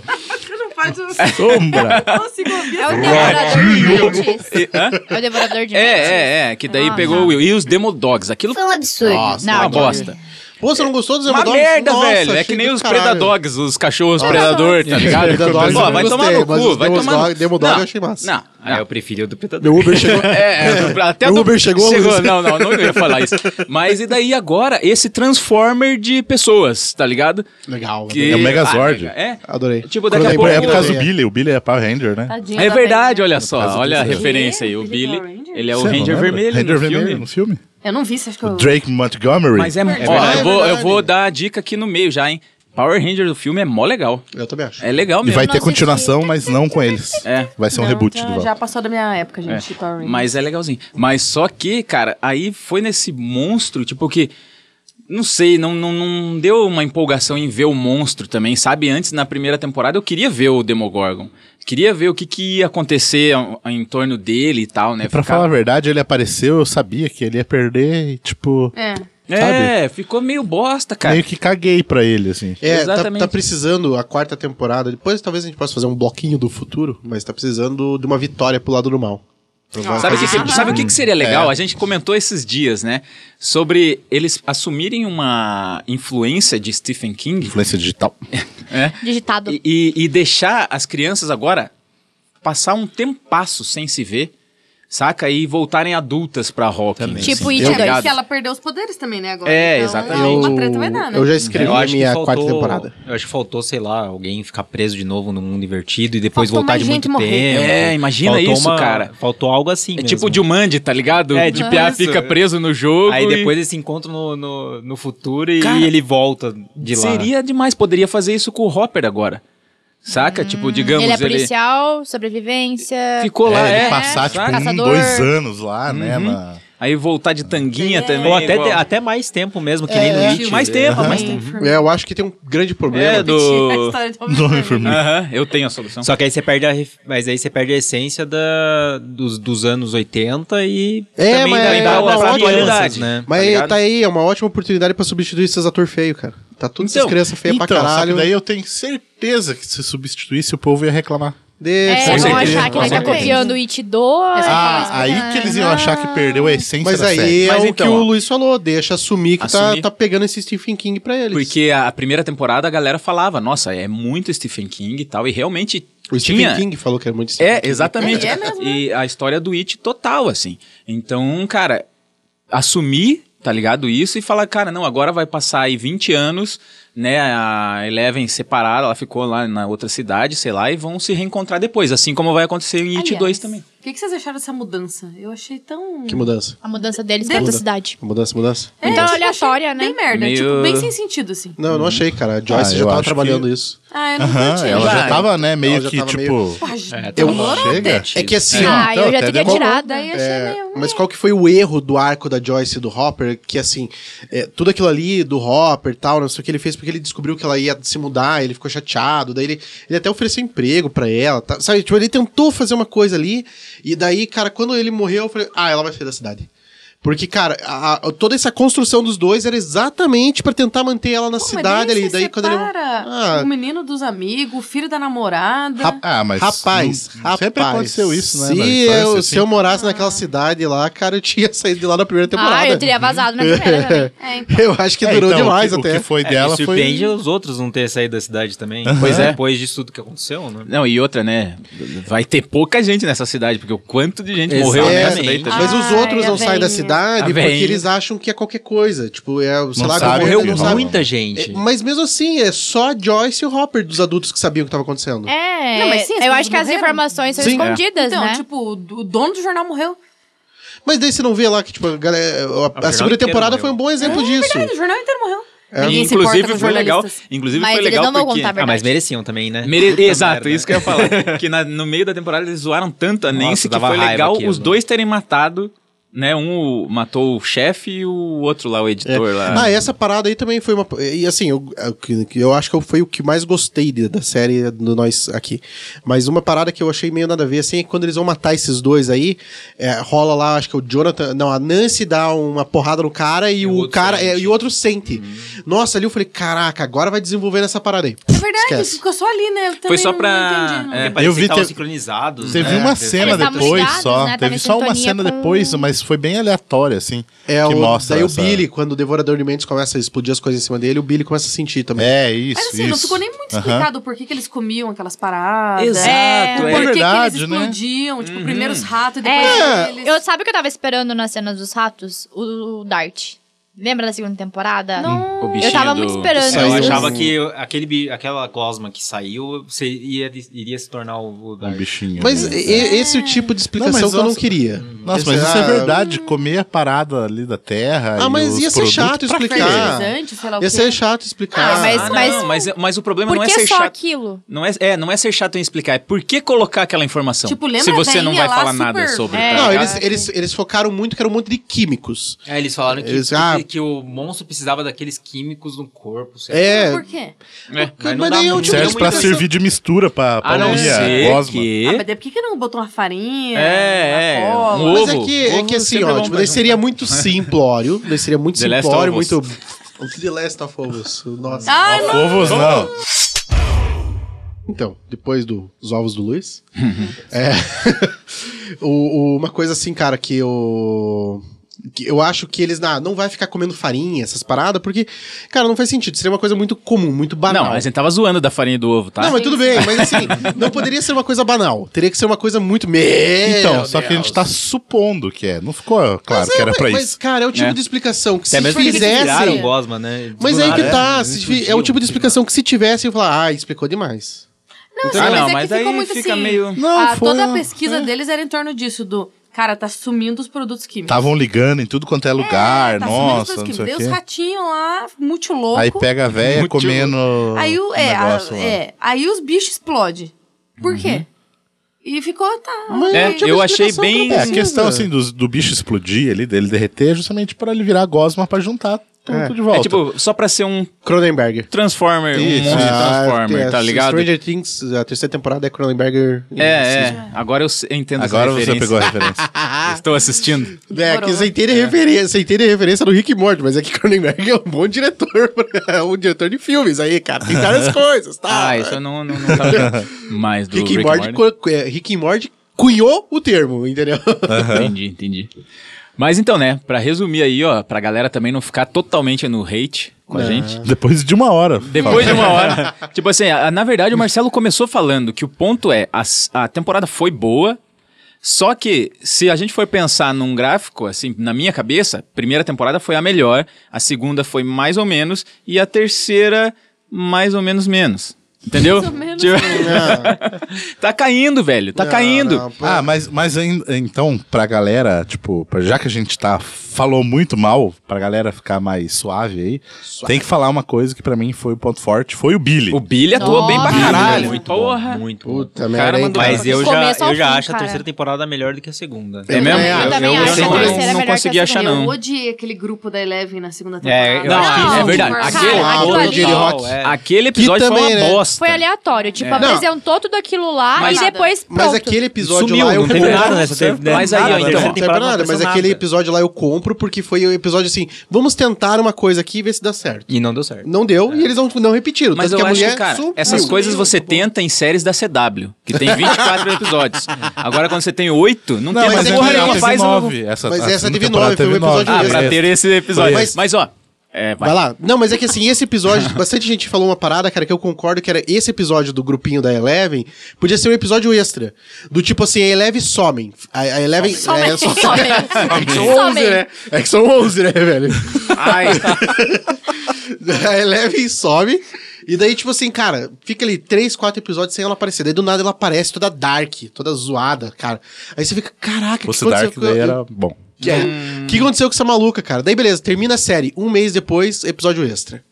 S3: Eu não faço.
S2: Sombra.
S3: Eu não consigo ouvir.
S5: É o
S3: né?
S5: devorador de mentes.
S6: E- hã?
S5: É o devorador de
S6: É,
S5: mentes.
S6: é, é, que daí
S5: Ah,
S6: pegou
S5: não.
S6: o Will. E os Demodogs, aquilo
S8: Foi um absurdo.
S6: é uma
S5: Não,
S6: bosta.
S4: Pô, você não gostou dos
S6: Uma
S4: Zemodogs?
S6: merda,
S4: Nossa,
S6: velho. É
S4: achei
S6: que nem
S4: do
S6: os
S4: caralho.
S6: Predadogs, os cachorros predador, tá ligado?
S4: Predadogs
S6: Pô,
S4: eu
S6: vai
S4: não
S6: tomar
S4: gostei,
S6: no
S4: mas
S6: cu,
S4: os
S6: vai tomar no
S4: Demodog- Demodog
S6: Não,
S4: eu achei massa.
S6: Não,
S9: Ah,
S6: é,
S9: eu preferi o do Predador.
S4: Meu Uber chegou.
S6: é, pra- até
S4: O
S6: do-
S4: Uber chegou, Luiz?
S6: Não, não, não ia falar isso. Mas e daí agora, esse Transformer de pessoas, tá ligado?
S4: Legal.
S6: Que-
S2: É o Megazord.
S6: Ah, é.
S4: Adorei.
S6: Tipo, daqui a
S4: Quando
S6: pouco...
S2: É por causa do
S4: Odeia.
S2: Billy, o Billy é Power Ranger, né?
S6: É verdade, olha
S2: Por causa
S6: só,
S2: do
S6: olha a
S4: é
S2: Billy.
S6: referência aí. O
S3: Quê?
S6: Billy,
S3: Billy Ranger?
S6: ele é o
S2: Você não
S6: Ranger
S2: lembra?
S6: vermelho
S2: Ranger
S6: no
S2: vermelho
S6: filme.
S2: no filme.
S3: Eu não vi, você acha que
S6: Oh.
S2: O é
S3: eu.
S2: Drake Montgomery.
S6: Mas é, ó,
S4: verdade.
S6: eu vou, eu
S4: verdade.
S6: vou dar a dica aqui no meio já, hein. Power Ranger do filme é mó legal.
S4: Eu também acho.
S6: É
S2: E
S6: legal mesmo.
S2: vai ter
S8: assisti.
S2: continuação, mas não com eles.
S6: É.
S2: Vai ser um
S3: Não,
S2: reboot
S3: já,
S2: do Val.
S3: já passou da minha época, gente. Power Rangers.
S6: Mas é legalzinho. Mas só que, cara, aí foi nesse monstro, tipo, que. Não sei, não, não, não deu uma empolgação em ver o monstro também, sabe? Antes, na primeira temporada, eu queria ver o Demogorgon. Queria ver o que, que ia acontecer a- em torno dele e tal, né?
S2: E pra
S6: Ficar-
S2: falar a verdade, ele apareceu, eu sabia que ele ia perder e, tipo,
S3: É.
S6: É, ficou meio bosta, cara.
S2: meio que caguei pra ele, assim.
S4: É, tá- tá,
S6: Exatamente.
S4: precisando a quarta temporada. Depois talvez a gente possa fazer um bloquinho do futuro, mas tá precisando de uma vitória pro lado do mal.
S2: Provavelmente
S6: Ah, Sabe, o que que-
S2: faz sentido.
S6: sabe o que, que seria legal? A gente comentou esses dias, né? Sobre eles assumirem uma influência de Stephen King
S2: Influência digital.
S6: é,
S5: Digitado.
S6: e, e- e deixar as crianças agora passar um tempasso sem se ver, saca? E voltarem adultas pra Hawking.
S2: Também.
S5: tipo
S2: sim.
S5: It
S2: Eu-
S3: É,
S6: ligado.
S3: que ela perdeu os poderes também, né, agora.
S6: É,
S3: Então,
S6: exatamente.
S3: aí
S4: Eu-
S3: Uma treta vai dar, né?
S4: Eu já escrevi
S9: Eu
S4: a
S9: acho que
S4: minha
S9: faltou-
S4: quarta temporada.
S9: Eu acho que faltou, sei lá, alguém ficar preso de novo num mundo invertido e depois
S3: Faltou
S9: voltar
S3: mais
S9: de muito
S3: gente morrer.
S9: tempo.
S6: É, imagina
S9: Faltou
S6: isso,
S9: uma-
S6: cara.
S9: Faltou algo assim
S6: É
S9: mesmo.
S6: tipo o Dilmandi, tá ligado?
S9: É,
S6: de
S9: tipo
S6: piá
S9: isso.
S6: fica preso no jogo.
S9: Aí
S6: e-
S9: depois eles se encontram no, no, no futuro e
S6: Cara,
S9: ele volta de lá.
S6: Seria demais, poderia fazer isso com o Hopper agora. Saca? tipo, digamos,
S5: ele
S6: ele,
S5: é policial, sobrevivência.
S6: ficou lá,
S2: É,
S6: é.
S2: ele passar, tipo,
S5: saca?
S2: um,
S5: Caçador.
S2: dois anos lá, né?
S6: Uhum.
S2: na-
S6: Aí voltar de tanguinha também.
S9: Ou até,
S6: igual.
S9: te- até mais tempo mesmo, que nem no
S6: É,
S9: It.
S6: mais tempo, mais tempo.
S3: tempo.
S4: É, eu acho que tem um grande problema.
S6: É, do...
S2: Do Homem-Formiga.
S6: Aham, eu tenho a solução.
S9: Só que aí você perde a, ref- mas aí você perde a essência da, dos, dos anos 80 e
S4: É,
S9: também
S4: mas
S9: da,
S4: é
S9: da,
S4: uma
S9: das
S4: ótima-
S9: atualidades, né?
S4: Mas
S6: ligado?
S4: tá, aí, é uma ótima oportunidade pra substituir esses ator feio, cara. Tá tudo essas
S2: Então,
S4: crianças feias
S2: então,
S4: pra
S2: só que
S4: caralho.
S2: daí eu tenho certeza que se substituísse, o povo ia reclamar.
S4: Deixa.
S5: É, vão
S6: certeza,
S5: achar que
S6: com
S5: ele tá
S6: certeza.
S5: copiando o é, It 2.
S3: é
S2: Ah, aí
S3: né?
S2: que eles iam achar que perdeu a essência
S4: Mas
S2: da
S4: aí
S2: série.
S4: é
S6: Mas
S4: o
S6: então,
S4: que
S6: ó.
S4: o Luiz falou, deixa assumir que tá,
S6: Assumir.
S4: tá pegando esse Stephen King pra eles.
S6: Porque a primeira temporada a galera falava, nossa, é muito Stephen King e tal, e realmente
S4: o Stephen
S6: tinha...
S4: King falou que era muito Stephen
S6: É, exatamente.
S3: É, é mesmo, né?
S6: E a história do It total, assim. Então, cara, assumir, tá ligado, isso e falar, cara, não, agora vai passar aí 20 anos, né, a Eleven separada, ela ficou lá na outra cidade, sei lá, e vão se reencontrar depois, assim como vai acontecer em It
S5: Aliás,
S6: 2 também.
S3: O que, que vocês acharam dessa mudança? Eu achei tão.
S4: Que mudança.
S5: A mudança deles pra outra
S4: Muda.
S5: cidade.
S4: Mudança, mudança.
S3: É,
S5: Então,
S3: tipo,
S5: aleatória,
S3: achei
S5: né?
S3: Bem merda,
S6: Meio-
S3: tipo, bem sem sentido, assim.
S4: Não, eu não achei, cara. A Joyce
S2: Ah,
S4: já
S2: eu
S4: tava
S2: acho
S4: trabalhando
S2: que-
S4: isso.
S3: Ah, eu não
S2: Aham,
S3: curti.
S2: ela já
S6: Ah,
S2: tava, né, meio
S4: já
S2: que,
S4: tava
S2: tipo...
S4: meio-
S3: Porra, gente, tá
S4: Eu-
S2: Chega.
S4: É que assim, ó.
S5: Ah,
S2: então,
S5: eu já
S2: até
S5: teria
S2: demorou.
S5: tirado. Ah,
S3: Daí achei
S4: É,
S3: meio.
S4: mas qual que foi o erro do arco da Joyce e do Hopper? Que assim, é, tudo aquilo ali do Hopper e tal, não sei o que ele fez porque ele descobriu que ela ia se mudar, ele ficou chateado, daí ele, ele até ofereceu emprego pra ela, tá? sabe? Tipo, ele tentou fazer uma coisa ali, e daí, cara, quando ele morreu, eu falei, ah, ela vai sair da cidade. Porque, cara, a- a- toda essa construção dos dois era exatamente pra tentar manter ela na
S3: Pô, mas
S4: cidade
S3: daí
S4: ali.
S3: você
S4: Daí quando ele.
S3: separa
S4: Ah.
S3: O menino dos amigos, o filho da namorada.
S2: Rap- Ah, mas...
S4: Rapaz,
S2: não-
S4: rapaz.
S2: Sempre aconteceu isso, né?
S4: Se,
S2: na infância,
S4: eu,
S2: assim.
S4: se eu morasse naquela cidade lá, cara, eu tinha saído de lá na primeira temporada.
S5: Ah, eu teria vazado na primeira também.
S3: É, então.
S4: Eu acho que
S2: É,
S4: durou
S2: então, o
S4: demais
S2: que-
S4: até.
S2: O que foi
S9: É,
S2: dela
S9: e
S2: foi...
S9: surpreende os outros não ter saído da cidade também.
S6: Pois é.
S9: Depois disso tudo que aconteceu, né?
S6: Não, e outra, né? Vai ter pouca gente nessa cidade, porque o quanto de gente morreu
S4: É,
S6: nessa daí também.
S4: mas os
S3: Ah,
S4: outros
S3: e a
S4: não saem da
S3: veinha?
S6: A
S4: cidade porque
S6: veinha.
S4: eles acham que é qualquer coisa. Tipo, é, sei
S2: Não
S4: lá,
S2: sabe,
S4: governo,
S2: morreu,
S9: Morreu
S2: não sabe.
S9: muita
S4: É,
S9: gente.
S4: mas mesmo assim, é só a Joyce e o Hopper dos adultos que sabiam o que estava acontecendo.
S5: É,
S3: Não, mas sim, as
S5: eu
S3: pessoas
S5: acho que as
S3: morreram.
S5: informações são
S6: é.
S4: Sim.
S5: escondidas,
S3: Então,
S5: né?
S3: tipo, o o dono do jornal morreu.
S4: Mas daí você não vê lá que, tipo, a, galera- a- a
S9: jornal
S4: segunda
S9: inteiro
S4: temporada
S9: morreu.
S4: foi um bom
S5: É
S4: exemplo disso.
S3: Verdade, o jornal inteiro morreu.
S2: Ah,
S4: É.
S3: Ninguém se importa com
S6: Inclusive
S3: os
S6: foi legal.
S3: jornalistas.
S6: Inclusive
S5: Mas
S6: foi
S5: eles
S6: legal
S5: não vão
S6: porque.
S5: contar a
S9: Ah, mas
S5: verdade.
S9: mereciam também, né?
S6: Mere-
S9: Puta
S6: Exato,
S9: merda.
S6: isso que eu ia falar. que na- no meio da temporada eles zoaram tanto a
S9: Nossa,
S6: Nancy que
S9: dava
S6: foi
S9: raiva
S6: legal
S9: aquilo,
S6: os
S9: né?
S6: dois terem matado, né? Um o- matou o chefe e o outro lá, o editor
S2: É.
S6: lá.
S4: Ah, essa parada aí também foi uma. E assim, eu, eu, que- eu acho que eu- foi o que mais gostei de- da série do nós aqui. Mas uma parada que eu achei meio nada a ver, assim, é que quando eles vão matar esses dois aí, é, rola lá, acho que o Jonathan. Não, a Nancy dá uma porrada no cara e,
S9: o
S4: o
S9: outro
S4: cara.
S9: sente. Uhum.
S4: é, e o outro sente. Nossa, ali eu falei, caraca, agora vai desenvolver nessa parada aí.
S3: É verdade,
S4: Esquece.
S3: ficou só ali, né? Eu também
S6: Foi só
S3: não
S6: pra.
S3: entendi, não.
S6: é,
S9: Parecia
S2: Eu vi
S9: que estavam
S2: te-
S9: sincronizados.
S2: Teve
S9: né?
S2: uma
S9: Teve-
S2: cena
S5: estavam
S2: depois
S5: ligados,
S2: só.
S5: né? Tava
S2: Teve
S5: em
S2: só uma
S5: sintonia
S2: cena
S5: com-
S2: depois, mas foi bem aleatório, assim.
S4: É,
S2: que
S4: o,
S2: mostra
S4: daí
S2: essa-
S4: o Billy, quando o Devorador de Mentes começa a explodir as coisas em cima dele, o Billy começa a sentir também.
S2: É, isso,
S3: Mas assim,
S2: isso.
S3: não ficou nem muito
S2: Aham.
S3: explicado por que, que eles comiam aquelas paradas.
S6: Exato,
S5: É.
S3: Por
S6: é.
S3: que que,
S2: verdade,
S3: eles
S2: né?
S3: explodiam. Tipo, primeiro
S6: Uhum.
S3: os ratos e depois
S5: É,
S3: eles.
S5: eu sabe o que eu tava esperando nas cenas dos ratos? O, o Dart. Lembra da segunda temporada?
S6: O
S5: Eu
S6: bichinho
S5: tava
S6: do-
S5: muito esperando.
S9: Eu
S4: Saiu.
S9: achava que aquele, bi- aquela gosma que saiu se- ia, iria se tornar o, o
S2: Um
S9: Dark.
S2: bichinho.
S4: Mas
S2: né?
S4: e- e- esse é o tipo de explicação
S2: Não, mas
S4: que eu não
S2: nossa-
S4: queria.
S2: Nossa, mas
S4: Esse-
S2: isso é
S4: ah,
S2: verdade. Comer a parada ali da terra.
S4: Ah,
S2: e
S4: mas
S2: os
S4: ia ser
S2: produtos,
S4: chato
S2: pra quê?
S4: explicar.
S3: Fertilizante, sei lá o
S4: Ia ser
S3: quê.
S4: chato explicar.
S5: Ah, mas-
S6: Ah, não, mas, mas o problema
S5: Por
S6: não é
S5: que
S6: ser
S5: só
S6: chato.
S5: aquilo?
S6: Não é, é, não é ser chato em explicar, é por que colocar aquela informação.
S3: Tipo, lembra
S6: se
S3: a
S6: você não
S3: veinha
S6: vai
S3: lá,
S6: falar
S3: super-
S6: nada sobre.
S5: É.
S6: tá
S4: Não,
S6: ligado?
S4: eles, eles, eles focaram muito que era um monte de químicos.
S9: É, eles falaram que,
S4: Eles-
S9: que-
S4: ah.
S9: que o monstro precisava daqueles químicos no corpo. sei lá.
S4: É.
S3: Por quê?
S6: É.
S9: Mas
S4: mas
S9: não dá
S4: daí é o
S9: muito-
S4: tipo
S9: não
S2: Serve
S9: dá
S2: pra
S9: muita- Ah,
S2: servir de mistura pra, pra
S6: A Ah, não
S2: unir
S6: ser
S2: gosma.
S6: que...
S3: Ah, mas daí por que, que não botou uma farinha?
S6: É,
S3: uma
S6: é,
S3: cola?
S6: um
S4: Mas
S6: Ovo,
S4: é que, é
S6: ovo
S4: que assim,
S6: sempre é
S4: ó,
S6: bom
S4: tipo,
S6: pra
S4: daí seria muito simplório. Daí seria muito
S6: The Last
S4: simplório,
S6: of Us.
S4: muito. The Last of Us. Nossa.
S3: Ah, não.
S2: Ovos não.
S4: Então, depois dos ovos do Luiz. é. O- o- uma coisa assim, cara, que eu. que eu acho que eles ah, não vai ficar comendo farinha, essas paradas, porque, cara, não faz sentido. Seria uma coisa muito comum, muito banal.
S6: Não, a gente tava zoando da farinha do ovo, tá?
S4: Não, mas tudo bem, mas assim, não poderia ser uma coisa banal. Teria que ser uma coisa muito. Meu
S3: É,
S2: Então, só que a gente
S4: Deus.
S2: tá supondo que é. Não ficou claro
S4: Mas é,
S2: que era
S4: mas-
S2: pra
S4: mas,
S2: isso.
S4: cara, é o tipo
S6: É.
S4: de explicação que
S6: Até
S4: se
S6: mesmo porque eles um
S4: fizesse.
S9: Tiraram Gosma, né?
S4: Mas aí que
S9: Tiraram,
S4: tá.
S9: né?
S4: se fi- é
S9: Explodiu.
S4: o tipo de explicação que se tivesse, eu ia falar, ah, explicou demais.
S3: Não,
S6: Ah,
S3: sim,
S6: não,
S3: mas,
S6: mas
S3: é que
S6: aí
S3: ficou muito
S6: fica
S3: assim.
S6: meio-
S2: Não,
S3: Ah,
S2: foi
S3: toda a
S2: uma-
S3: pesquisa deles era em torno disso, do cara, tá sumindo os produtos químicos.
S2: Estavam ligando em tudo quanto é um lugar,
S3: É, tá sumindo os
S2: nossa, não
S3: produtos químicos.
S2: sei o
S3: Daí os
S2: quê.
S3: ratinhos lá, muito louco.
S2: Aí pega a véia comendo. um
S3: Aí o, é, a-
S2: negócio lá.
S3: é, aí os bichos explodem. Por quê? E ficou, tá.
S6: É,
S3: ok.
S6: eu achei bem.
S2: É, a questão assim do, do bicho explodir ali, dele derreter, é justamente para ele virar gosma para juntar tudo
S4: É.
S2: de
S6: É
S2: volta.
S6: tipo, só pra ser um
S4: Cronenberg.
S6: Transformer, um
S2: Isso.
S6: monstro de
S4: Ah,
S6: Transformer,
S4: é,
S6: tá ligado?
S4: Stranger Things, a terceira temporada é Cronenberger.
S6: É, é. Ah, Agora eu se- entendo essa
S2: Agora você
S6: referência.
S2: pegou a referência.
S6: Estou assistindo.
S4: É, que
S6: né?
S4: sem ter, Referência, sem ter referência do Rick e Morty, mas é que Cronenberg é um bom diretor, é um diretor de filmes aí, cara. Tem várias coisas, tá?
S6: Ah, isso eu não, não, não tava mais do Rick
S4: Rick, e
S6: and
S4: Morty,
S6: Morty.
S4: co- é, Rick e Morty cunhou o termo, entendeu?
S6: Entendi, entendi. Mas então, né, pra resumir aí, ó, pra galera também não ficar totalmente no hate com a gente.
S2: Depois de uma hora.
S6: Depois de uma hora. tipo assim, a- na verdade o Marcelo começou falando que o ponto é, a, s- a temporada foi boa, só que se a gente for pensar num gráfico, assim, na minha cabeça, a primeira temporada foi a melhor, a segunda foi mais ou menos, e a terceira mais ou menos menos. Entendeu?
S3: Mais ou menos
S6: Tipo- tá caindo, velho. Tá caindo.
S4: Não, não, pô.
S2: Ah, mas, mas ain- então, pra galera, tipo, pra- já que a gente tá, falou muito mal, pra galera ficar mais suave aí, tem que falar uma coisa que pra mim foi o ponto forte, foi o Billy.
S6: O Billy atuou bem pra
S3: Nossa.
S6: caralho.
S9: Muito
S6: Porra.
S9: bom, muito bom.
S4: Puta
S6: O cara
S4: merda. hein,
S6: mandou-
S4: cara.
S9: Mas eu
S3: Do
S9: já,
S3: começo ao
S9: eu já
S3: fim,
S9: acho
S3: cara.
S9: a terceira temporada melhor do que a segunda.
S6: É mesmo?
S4: também
S5: acho. Eu
S6: eu
S5: também
S6: não-
S5: acho a terceira é
S6: não,
S5: melhor que a
S6: consegui achar,
S5: segunda. né?
S6: não.
S3: Eu odiei aquele grupo da Eleven na segunda temporada.
S9: É, eu
S6: Não,
S9: acho que
S6: é verdade.
S3: tipo, Cara,
S6: Aquele
S3: aquilo
S4: outro
S3: ali-
S4: de rock.
S9: É.
S6: Aquele episódio foi
S4: também,
S6: uma
S4: né?
S6: bosta.
S5: Foi aleatório. Tipo,
S6: É.
S4: Não.
S5: apresentou tudo aquilo lá
S3: Mas-
S5: e depois pronto.
S4: Mas aquele episódio
S6: Sumiu,
S4: lá eu
S9: Não teve
S4: compro.
S9: nada nessa
S6: Certo.
S9: temporada.
S6: Mas aí, ó,
S9: nada,
S6: então.
S9: terceira
S4: Não serve pra
S9: temporada
S4: nada, mas
S9: aconteceu
S4: aquele
S9: nada.
S4: episódio lá eu compro porque foi um episódio assim, vamos tentar uma coisa aqui e ver se dá certo.
S9: E não deu certo.
S4: Não deu e eles não, tipo, não repetiram.
S6: É. Mas
S4: tanto
S6: eu
S4: que a
S6: acho
S4: mulher
S6: que, cara,
S4: sumiu.
S6: essas coisas você tenta em séries da CW, que tem 24 episódios. Agora, quando você tem 8,
S2: um
S6: não, tem
S4: mas
S6: mais
S4: é
S6: porra
S4: que
S6: nenhuma.
S4: teve
S6: Faz um-
S2: nove. Essa,
S4: Mas
S2: a
S4: essa
S2: segunda
S4: teve
S2: temporada
S4: nove, foi um episódio
S6: Ah, pra
S4: Esse.
S6: ter esse episódio. Mas,
S4: Mas-
S6: ó. É, vai.
S4: Vai lá. Não, mas é que assim, esse episódio, bastante gente falou uma parada, cara, que eu concordo que era esse episódio do grupinho da Eleven, podia ser um episódio extra. Do tipo assim, a Eleven somem. A, a Eleven.
S5: Somem.
S4: É, só-
S5: Somem.
S4: É que são
S5: Somem.
S4: 11, né? É que são 11, né, velho?
S6: Ai,
S4: A Eleven some. E daí, tipo assim, cara, fica ali três, quatro episódios sem ela aparecer. Daí do nada ela aparece toda dark, toda zoada, cara. Aí você fica, caraca,
S2: Você Dark
S4: com-
S2: daí era bom.
S4: que, é,
S6: Hum.
S4: que aconteceu com essa maluca, cara? Daí, beleza, termina a série. Um mês depois, episódio extra.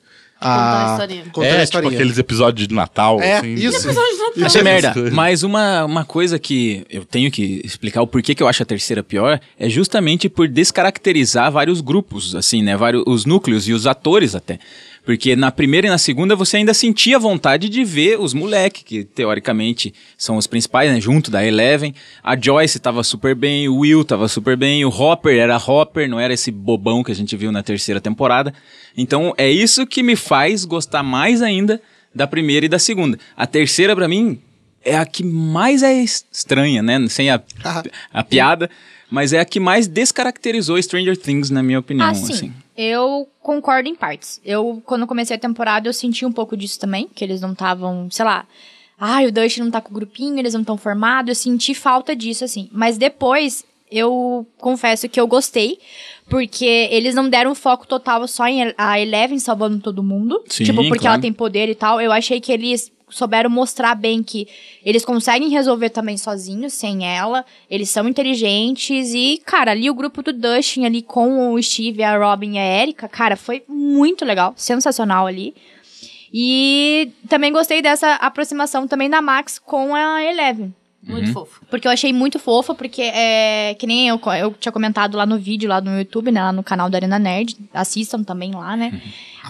S3: a historinha.
S4: Contando
S2: é,
S4: a
S2: tipo
S4: historinha.
S2: aqueles episódios de Natal,
S4: É,
S2: assim.
S4: isso.
S6: Isso é merda. Mas uma, uma coisa que eu tenho que explicar o porquê que eu acho a terceira pior é justamente por descaracterizar vários grupos, assim, né? Vários, os núcleos e os atores até. Porque na primeira e na segunda você ainda sentia vontade de ver os moleque, que teoricamente são os principais, né? Junto da Eleven. A Joyce tava super bem, o Will tava super bem, o Hopper era Hopper, não era esse bobão que a gente viu na terceira temporada. Então é isso que me faz gostar mais ainda da primeira e da segunda. A terceira, pra mim, é a que mais é es- estranha, né? Sem a,
S4: Ah.
S6: a piada, mas é a que mais descaracterizou Stranger Things, na minha opinião.
S5: assim,
S6: assim.
S5: eu concordo em partes. Eu, quando comecei a temporada, eu senti um pouco disso também, que eles não estavam, sei lá. Ai, o Dust não tá com o grupinho, eles não estão formados. Eu senti falta disso, assim. Mas depois, eu confesso que eu gostei, porque eles não deram foco total só em El- a Eleven salvando todo mundo.
S6: Sim,
S5: tipo, porque
S6: claro.
S5: ela tem poder e tal. Eu achei que eles souberam mostrar bem que eles conseguem resolver também sozinhos, sem ela. Eles são inteligentes e, cara, ali o grupo do Dustin ali com o Steve, a Robin e a Erika, cara, foi muito legal, sensacional ali. E também gostei dessa aproximação também da Max com a Eleven.
S3: Muito fofo.
S5: Porque eu achei muito fofa, porque é. Que nem eu, co- eu tinha comentado lá no vídeo, lá no YouTube, né? Lá no canal da Arena Nerd. Assistam também
S6: Uhum.
S5: lá, né?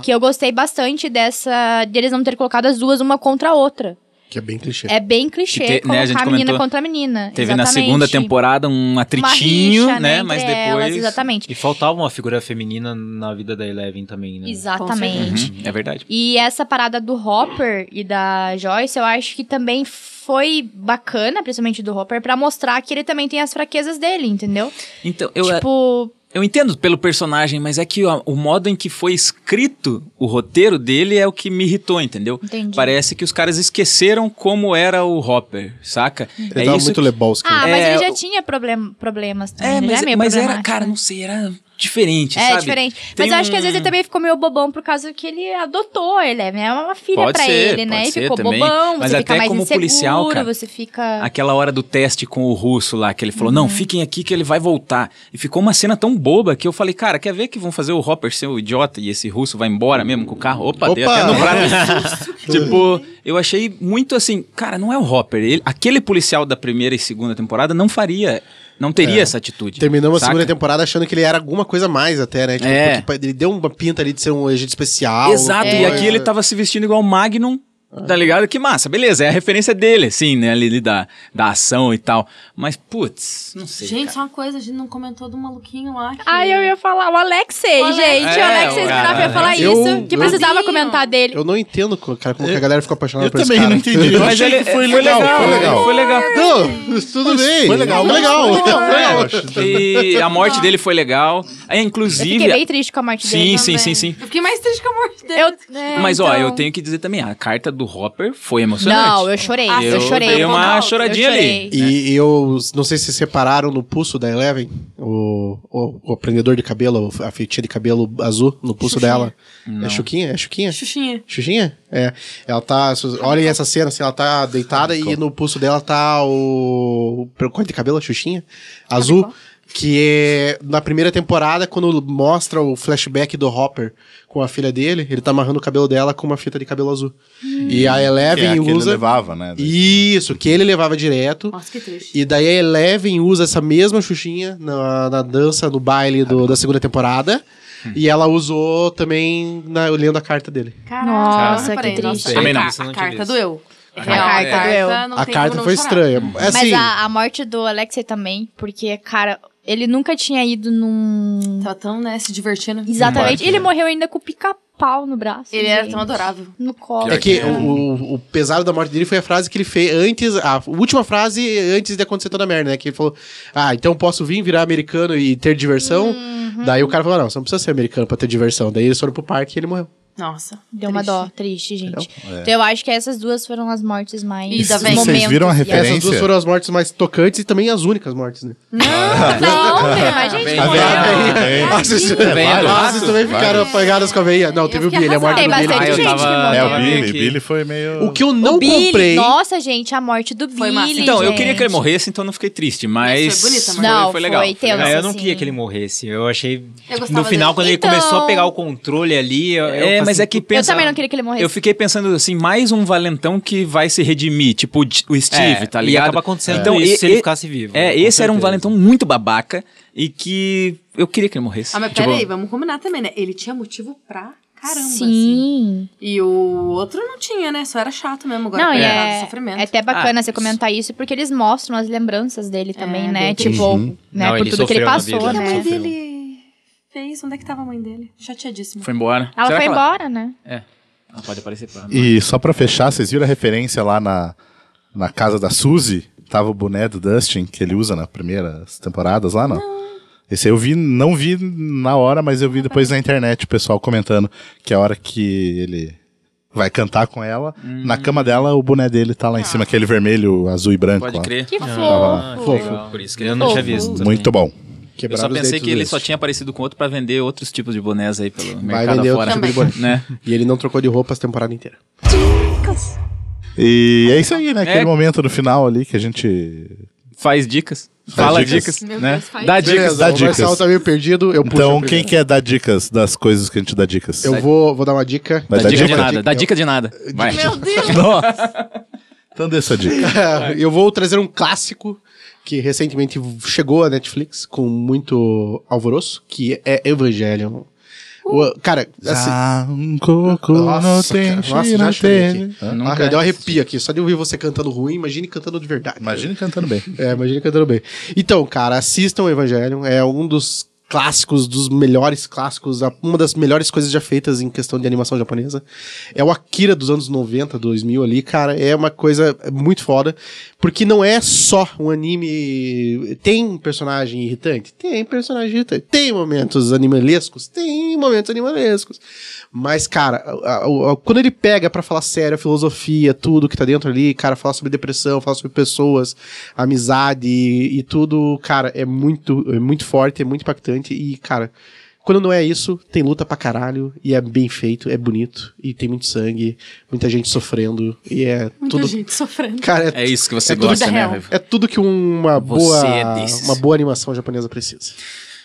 S5: Que eu gostei bastante dessa. deles não ter colocado as duas uma contra a outra.
S4: Que é bem clichê.
S5: É bem clichê,
S6: Que te-
S5: como
S6: né, a gente
S5: a menina
S6: comentou.
S5: contra a menina.
S6: Teve na
S5: exatamente.
S6: segunda temporada um
S5: Uma
S6: atritinho,
S5: rixa,
S6: né?
S5: entre
S6: Mas
S5: elas,
S6: depois.
S5: exatamente.
S9: E faltava uma figura feminina na vida da Eleven também, né?
S5: Exatamente.
S6: Uhum, é verdade.
S5: E essa parada do Hopper e da Joyce, eu acho que também foi bacana, principalmente do Hopper, pra mostrar que ele também tem as fraquezas dele, entendeu?
S6: Então, eu,
S5: tipo,
S6: eu entendo pelo personagem, mas é que ó, o modo em que foi escrito o roteiro dele é o que me irritou, entendeu?
S5: entendi.
S6: Parece que os caras esqueceram como era o Hopper, saca?
S5: Uhum.
S4: Ele
S6: é
S4: tava
S6: isso que-
S4: muito Lebowski.
S2: né?
S5: Ah, mas
S6: É,
S5: ele já
S6: o-
S5: tinha problem- problemas também.
S6: É,
S5: ele já
S6: mas,
S5: é meio
S6: mas era,
S5: problemático,
S6: cara,
S5: né?
S6: não sei, era diferente,
S5: É,
S6: sabe?
S5: diferente.
S6: Tem
S5: mas eu acho que às vezes
S6: um-
S5: ele também ficou meio bobão por causa que ele adotou ele, é né? uma filha
S6: Pode
S5: pra
S6: ser,
S5: ele, né?
S6: pode
S5: E
S6: ser
S5: ficou
S6: também.
S5: bobão,
S6: Mas
S5: você
S6: até
S5: fica mais
S6: como
S5: inseguro,
S6: policial, cara,
S5: você fica...
S6: Aquela hora do teste com o russo lá, que ele falou, não, fiquem aqui que ele vai voltar. E ficou uma cena tão boba que eu falei, cara, quer ver que vão fazer o Hopper ser o idiota e esse russo vai embora mesmo com o carro? Opa, dei
S4: Opa!
S6: até no prato. tipo, eu achei muito assim, cara, não é o Hopper. Ele- aquele policial da primeira e segunda temporada não faria, não teria essa atitude.
S4: Terminamos
S6: saca?
S4: a É. segunda temporada achando que ele era alguma coisa a mais até, né? Tipo,
S6: É.
S4: porque ele deu uma pinta ali de ser um agente especial.
S6: Exato,
S4: alguma
S6: e
S4: coisa.
S6: aqui ele tá- tava se vestindo igual o Magnum, tá ligado? Que massa, beleza, é a referência dele, assim, né, ali, ali da, da ação e tal. Mas, putz, não sei,
S3: Gente,
S6: cara.
S3: só uma coisa, a gente não comentou do maluquinho lá. Que...
S5: Ai, eu ia falar, o Alexei,
S3: O Alex-
S5: gente,
S6: É,
S5: o Alexei
S6: o
S5: Scraff ia
S6: cara-
S5: falar
S4: Eu-
S5: isso, que
S4: eu-
S5: precisava
S3: Tadinho.
S5: comentar dele.
S4: Eu não entendo, cara, como que a galera ficou apaixonada
S2: Eu
S4: por esse
S2: também
S4: cara.
S2: não entendi. Eu achei que foi legal, foi legal.
S6: Foi legal.
S4: Não, tudo bem.
S2: Foi legal,
S4: Foi
S2: mas
S4: legal.
S2: foi legal, né?
S4: Foi legal.
S6: E a morte dele foi legal. É,
S5: Eu fiquei
S6: inclusive.
S5: bem triste com a morte
S6: Sim,
S5: dele.
S6: sim,
S5: também.
S6: sim, sim.
S3: Eu fiquei mais triste que a morte dele.
S5: Eu, é,
S6: Mas, ó,
S5: então-
S6: eu tenho que dizer também, a carta do Hopper foi emocionante.
S5: Não, eu chorei,
S3: Ah,
S5: eu
S3: eu
S5: chorei.
S3: dei uma
S5: Eu
S6: choradinha ali.
S5: chorei.
S2: né?
S4: E eu não sei se vocês repararam no pulso da Eleven, o, o, o prendedor de cabelo, a fitinha de cabelo azul no pulso
S3: Xuxinha.
S4: dela. É Chuquinha? É Chuquinha?
S3: Xuxinha.
S4: Xuxinha? É. Ela tá. Olhem essa cena, assim, ela tá deitada e no pulso dela tá o. o corte de cabelo, a Xuxinha?
S2: Tá
S4: Azul. Que é na primeira temporada, quando mostra o flashback do Hopper com a filha dele, ele tá amarrando o cabelo dela com uma fita de cabelo azul. E a
S2: Que é
S4: Eleven
S2: a que ele
S4: usa.
S2: levava, né?
S4: Isso, que ele levava direto.
S3: Nossa, que triste.
S4: E daí a Eleven usa essa mesma Xuxinha na, na dança, no baile do- da segunda temporada. E ela usou também na, lendo a carta dele.
S3: Caraca,
S5: Nossa,
S3: eu reparei,
S5: que
S3: nossa,
S5: triste.
S3: a
S6: Também não.
S3: ca-
S9: Isso eu não
S3: A
S9: tive
S3: carta
S9: visto.
S3: doeu.
S6: A
S3: Real,
S5: carta doeu.
S3: não
S4: a
S3: tem
S4: carta
S3: como não
S4: foi
S3: chorar.
S4: estranha. Assim,
S5: Mas a, a morte do Alexei também, porque, cara, ele nunca tinha ido num.
S3: Tava tão, né, se divertindo.
S5: Exatamente.
S4: né?
S5: Ele morreu ainda com o pica-pau no braço.
S3: Ele era
S5: gente.
S3: tão adorável.
S5: No colo.
S4: é que o, o- o pesado da morte dele foi a frase que ele fez antes, a última frase antes de acontecer toda a merda, né? Que ele falou: Ah, então posso vir virar americano e ter diversão?
S3: Uhum.
S4: Daí o cara falou: "Ah, Não, você não precisa ser americano pra ter diversão. Daí eles foram pro parque e ele morreu.
S3: Nossa.
S5: Deu uma
S3: triste.
S5: dó, triste, gente. Então eu acho que essas duas foram as mortes mais.
S3: E da
S5: momentos.
S3: Veng.
S2: Vocês viram a referência?
S4: Essas duas foram as mortes mais tocantes e também as únicas mortes, né?
S3: Ah.
S5: Não, meu, mas gente,
S6: Tá
S5: morreu.
S6: vendo?
S2: É,
S4: Ah, vocês,
S6: Venha do
S4: Ah,
S6: rato,
S4: vocês também ficaram apagadas com a veia. Não, teve um o
S3: fiquei
S4: Billy, a morte é do
S5: Tem
S4: Billy.
S5: bastante
S6: Ah, eu
S5: gente
S6: tava-
S5: que
S6: é,
S2: É,
S5: morreu.
S2: o Billy.
S6: Aqui.
S2: Billy foi meio...
S4: O que eu
S5: O
S4: não
S5: Billy,
S4: comprei.
S5: Nossa, gente, a morte do
S3: Foi massa.
S5: Billy.
S6: Então, eu
S5: gente.
S6: queria que ele morresse, então não fiquei triste, mas.
S3: Mas foi bonita a morte.
S5: Não,
S6: foi legal.
S5: foi tenso,
S9: Ah, eu não
S5: assim.
S9: queria que ele morresse. Eu achei. tipo,
S3: gostava
S9: no final,
S3: dele.
S9: quando ele
S5: Então-
S9: começou a pegar o controle ali. Eu, eu
S6: É, mas
S9: falei assim,
S6: é que
S5: Eu
S6: pensa.
S5: também não queria que ele morresse.
S6: Eu fiquei pensando assim, mais um valentão que vai se redimir, tipo o D- o Steve,
S9: É,
S6: tá
S9: e
S6: ligado?
S9: acaba acontecendo
S6: então,
S9: isso
S6: e-
S9: se ele
S6: e-
S9: ficasse vivo, né?
S6: É,
S9: com
S6: esse era um
S9: certeza.
S6: valentão muito babaca e que eu queria que ele morresse.
S3: Ah, mas
S6: Tipo,
S3: peraí, vamos combinar também, né? Ele tinha motivo pra caramba, assim.
S5: Sim.
S3: E o outro não tinha, né? Só era chato mesmo. Agora
S5: Não, e
S3: coitado do
S5: é,
S3: sofrimento.
S5: é até bacana
S6: Ah,
S5: você comentar isso, porque eles mostram as lembranças
S3: É,
S5: dele também, né?
S3: bem
S5: Tipo, né,
S9: Não,
S5: por
S9: ele
S5: tudo que ele
S9: sofreu na
S5: passou,
S9: vida,
S3: E a mãe
S5: né?
S9: sofreu.
S3: dele fez? Onde é que tava a mãe dele? Chateadíssima.
S6: Foi embora.
S5: Ela
S6: Será
S5: foi
S6: que
S5: embora, né?
S6: É. Ela pode aparecer pra
S2: E só pra fechar, vocês viram a referência lá na, na casa da Suzy? Tava o boné do Dustin que ele usa nas primeiras temporadas lá, não? Esse aí eu vi, não vi na hora, mas eu vi depois na internet o pessoal comentando que a hora que ele vai cantar com ela, na cama dela o boné dele tá lá em cima, aquele vermelho, azul e branco.
S6: Pode
S2: lá.
S6: crer.
S5: Que
S2: Ah,
S5: fofo.
S9: Fofo. Por isso que eu não tinha visto. também.
S2: Muito bom.
S6: Eu
S4: Quebraram
S6: só
S4: os
S6: pensei
S4: dentes
S6: que ele
S4: deles.
S6: só tinha aparecido com outro pra vender outros tipos de bonés aí pelo
S4: Vai
S6: mercado
S4: vender outro
S6: afora.
S4: tipo de boné.
S6: né?
S4: E ele não trocou de roupa a temporada inteira.
S2: E é isso aí, né? Aquele
S6: É.
S2: momento no final ali que a gente.
S6: Faz dicas. fala
S2: dicas.
S6: dicas,
S3: Meu
S6: né?
S3: Deus, faz
S6: Dá
S4: Beleza,
S6: dicas.
S2: dá
S4: o Marcelo
S2: dicas.
S4: tá meio perdido,
S6: Um
S4: eu puxo
S2: Então,
S4: a
S2: quem
S4: primeira.
S2: quer dar dicas das coisas que a gente dá dicas?
S4: Eu vou, vou dar uma dica.
S2: Vai
S6: Dá
S2: dar
S6: dica de
S2: dica?
S6: nada. Dá dica de nada. Vai.
S3: Meu Deus!
S6: Nossa.
S2: Então dê sua dica.
S4: eu vou trazer um clássico que recentemente chegou à Netflix com muito alvoroço, que é Evangelion. O- cara, assim.
S2: Ah, um coco não
S4: Nossa,
S2: tem
S4: cara, nossa,
S2: cheiro,
S4: já chorei
S2: tem.
S4: aqui. Ah, cara, deu um arrepio aqui. Só de ouvir você cantando ruim, imagine cantando de verdade.
S2: Imagina cantando bem.
S4: É, imagina cantando bem. Então, cara, assistam o Evangelho. É um dos clássicos, dos melhores clássicos, a- uma das melhores coisas já feitas em questão de animação japonesa. É o Akira dos anos 90, 2000 ali, cara. É uma coisa muito foda. Porque não é só um anime. Tem um personagem irritante? Tem personagem irritante. Tem momentos animalescos? Tem momentos animalescos. Mas, cara, a- a- a- quando ele pega pra falar sério a filosofia, tudo que tá dentro ali, cara, falar sobre depressão, falar sobre pessoas, amizade e, e tudo, cara, é muito, é muito forte, é muito impactante e, cara, quando não é isso, tem luta pra caralho e é bem feito, é bonito e tem muito sangue, muita gente sofrendo e é
S3: Muita
S4: tudo,
S3: gente sofrendo.
S4: cara, é,
S6: É isso que você
S4: É tudo
S6: gosta,
S3: da
S6: né,
S3: real.
S6: Raiva?
S4: é tudo que uma
S6: Você
S4: boa,
S6: é desses.
S4: uma boa animação japonesa precisa.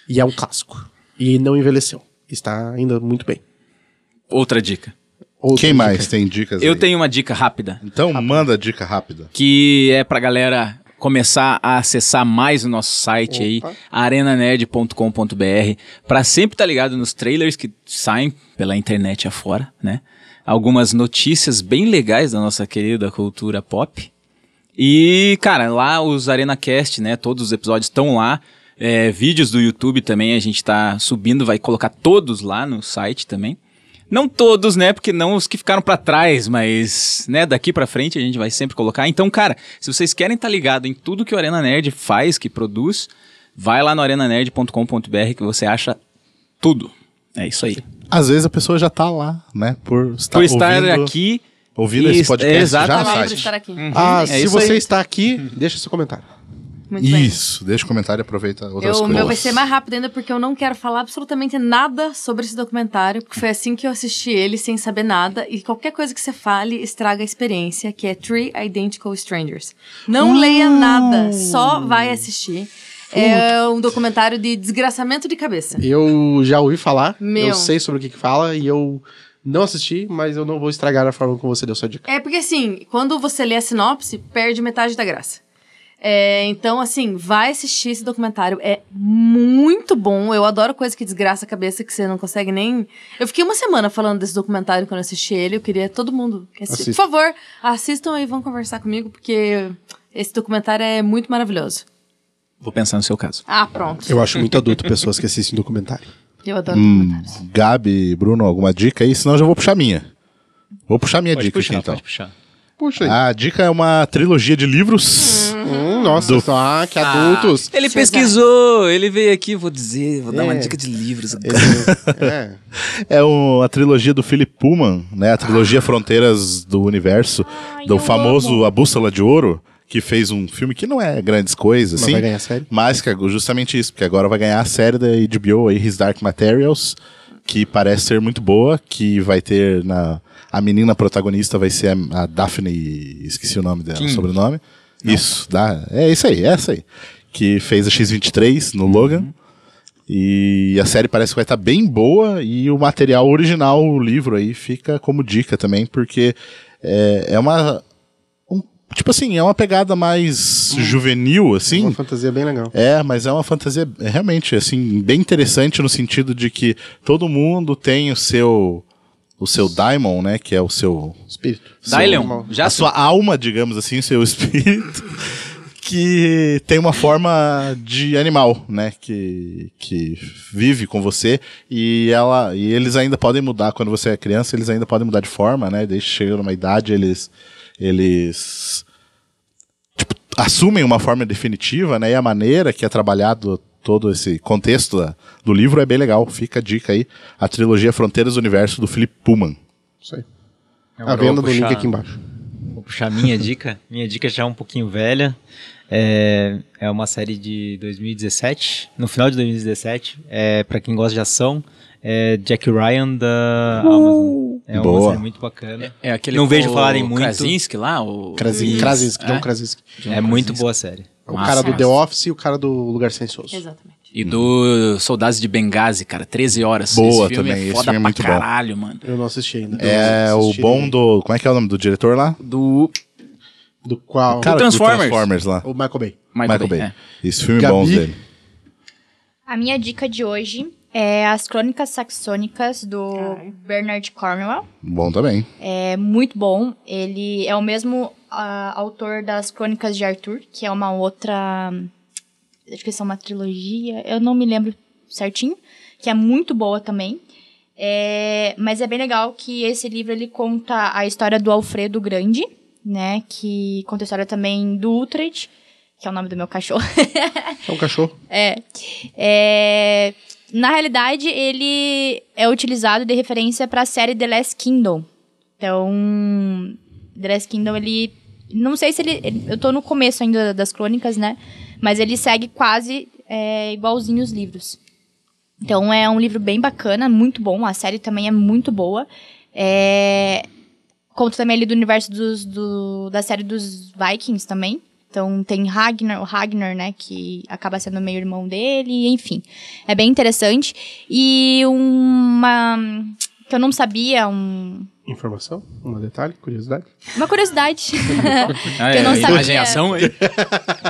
S4: E é um clássico e não envelheceu, está ainda muito bem.
S6: Outra dica.
S4: Outra
S2: Quem
S4: dica.
S2: mais tem dicas
S6: Eu
S2: aí?
S6: tenho uma dica rápida,
S2: Então manda a dica rápida.
S6: que é pra galera começar a acessar mais o nosso site aí, arenanerd.com.br, pra sempre estar ligado nos trailers que saem pela internet afora, né? Algumas notícias bem legais da nossa querida cultura pop. E, cara, lá os ArenaCast, né? Todos os episódios estão lá. É, vídeos do YouTube também a gente tá subindo, vai colocar todos lá no site também. Não todos, né? Porque não os que ficaram pra trás, mas, né, daqui pra frente a gente vai sempre colocar. Então, cara, se vocês querem estar tá ligado em tudo que o Arena Nerd faz, que produz, vai lá no arenanerd.com.br que você acha tudo. É isso aí.
S2: Às vezes a pessoa já tá lá, né? Por estar,
S6: Por estar
S2: ouvindo,
S6: aqui,
S2: ouvindo esse
S6: Isso,
S2: podcast já
S6: exatamente.
S2: no
S3: Obrigado por
S2: site.
S3: estar aqui.
S4: Ah,
S6: é
S4: se
S6: isso
S4: você
S6: aí.
S4: está aqui, deixa seu comentário.
S3: Muito bem.
S2: Isso, deixa o comentário e aproveita outras
S3: Eu, o
S2: coisas.
S3: meu vai ser mais rápido ainda, porque eu não quero falar absolutamente nada sobre esse documentário, porque foi assim que eu assisti ele, sem saber nada, e qualquer coisa que você fale estraga a experiência, que é Three Identical Strangers. Não leia nada, só vai assistir. É um documentário de desgraçamento de cabeça.
S4: Eu já ouvi falar,
S3: Meu.
S4: eu sei sobre o que, que fala e eu não assisti, mas eu não vou estragar a forma como você deu sua dica.
S3: É porque assim, quando você lê a sinopse, perde metade da graça. É, então, assim, vai assistir esse documentário. É muito bom. Eu adoro coisa que desgraça a cabeça, que você não consegue nem. Eu fiquei uma semana falando desse documentário quando eu assisti ele. Eu queria todo mundo que assistisse. Por
S4: Assista.
S3: favor, assistam e vão conversar comigo, porque esse documentário é muito maravilhoso.
S6: vou pensar no seu caso.
S3: Ah, pronto.
S4: Eu Hum. acho muito adulto pessoas que assistem documentário.
S3: Eu adoro documentários.
S2: Gabi, Bruno, alguma dica aí? Senão eu já vou puxar minha. Vou puxar minha
S9: Pode
S2: dica
S9: puxar,
S2: aqui, então.
S9: pode puxar.
S4: Puxa aí.
S2: A dica é uma trilogia de livros.
S4: Hum, nossa, ah, que adultos.
S6: Ele
S9: é
S3: Cesar.
S6: pesquisou, ele veio aqui, vou dizer, vou dar uma
S4: É.
S6: dica de livros.
S4: É.
S2: É o- a trilogia do Philip Pullman, né? A trilogia Fronteiras do Universo, do famoso A Bússola de Ouro, que fez um filme que não é grandes coisas,
S4: Mas
S2: assim.
S4: vai ganhar série?
S2: Mas que é justamente isso, porque agora vai ganhar a série da HBO aí, His Dark Materials, que parece ser muito boa, que vai ter na... A menina protagonista vai ser a, a Daphne, esqueci o nome dela, o sobrenome. Isso, dá, é isso aí, é essa aí. Que fez a X-23 no Logan. E a série parece que vai estar bem boa e o material original, o livro aí, fica como dica também, porque é, é uma. um- tipo assim, é uma pegada mais juvenil, assim.
S4: Uma fantasia bem legal.
S2: É, mas é uma fantasia é, realmente, assim, bem interessante no sentido de que todo mundo tem o seu. O seu daimon, né? Que é o seu.
S4: Espírito.
S6: Dailion, já
S2: a sua alma, digamos assim, seu espírito, que tem uma forma de animal, né? Que, que vive com você e ela e eles ainda podem mudar quando você é criança, eles ainda podem mudar de forma, né? Desde que chega numa idade, eles eles tipo, assumem uma forma definitiva, né? E a maneira que é trabalhado todo esse contexto da- do livro é bem legal. Fica a dica aí, a trilogia Fronteiras do Universo do Philip Pullman.
S4: Isso aí. A
S6: É um
S9: Agora
S4: venda
S9: eu
S4: do
S9: vou
S4: link
S9: puxar-
S4: aqui embaixo.
S9: Vou puxar minha dica. Minha dica já é um pouquinho velha. É, é uma série de 2017. No final de 2017, é, para quem gosta de ação, é Jack Ryan da Amazon. É uma
S2: Boa.
S9: série muito bacana.
S6: É aquele
S9: Não
S6: com
S9: vejo
S6: o
S9: falarem muito.
S6: Krasinski lá, o
S4: Krasinski,
S6: Isso.
S4: Krasinski, John
S6: É.
S4: Krasinski.
S9: Uhum. É muito boa a série.
S4: O
S6: Massa,
S4: cara do
S6: massa.
S4: The Office e o cara do Lugar Silencioso.
S3: Exatamente.
S6: E do Soldados de Benghazi, cara, 13 horas.
S2: Boa
S6: esse filme
S2: também,
S6: é
S2: esse
S6: foda
S2: filme é
S6: pra
S2: muito bom.
S6: caralho, mano.
S4: Eu não assisti ainda.
S2: É
S4: Eu
S2: o
S4: assisti
S2: bom do. Como é que é o nome do diretor lá?
S6: Do
S4: Do qual?
S2: Cara, do
S6: Transformers.
S2: Transformers lá.
S4: O Michael Bay.
S6: Michael,
S2: Michael Bay.
S6: Bay. é.
S2: Esse filme
S4: Gabi?
S2: bom dele.
S5: A minha dica de hoje é As Crônicas Saxônicas, do
S3: Ai.
S5: Bernard Cornwell.
S2: Bom também.
S5: É muito bom. Ele é o mesmo ah, autor das Crônicas de Arthur, que é uma outra. Acho que isso é uma trilogia, eu não me lembro certinho, que é muito boa também. É, mas é bem legal que esse livro ele conta a história do Alfredo Grande, né? Que conta a história também do Utrecht, que é o nome do meu cachorro.
S4: É um cachorro.
S5: É. É, Na realidade, ele é utilizado de referência para a série The Last Kingdom. Então, The Last Kingdom, ele. Não sei se ele, ele- Eu tô no começo ainda das crônicas, né? Mas ele segue quase é, igualzinho os livros. Então é um livro bem bacana, muito bom. A série também é muito boa. É, Conta também ali do universo dos, do- da série dos Vikings também. Então tem Ragnar, o Ragnar, né, que acaba sendo meio irmão dele, enfim. É bem interessante. E uma que eu não sabia, um-
S4: Informação, um detalhe, curiosidade.
S5: uma curiosidade
S6: Ah,
S5: eu não
S6: a imagem
S5: sabia.
S6: em ação aí.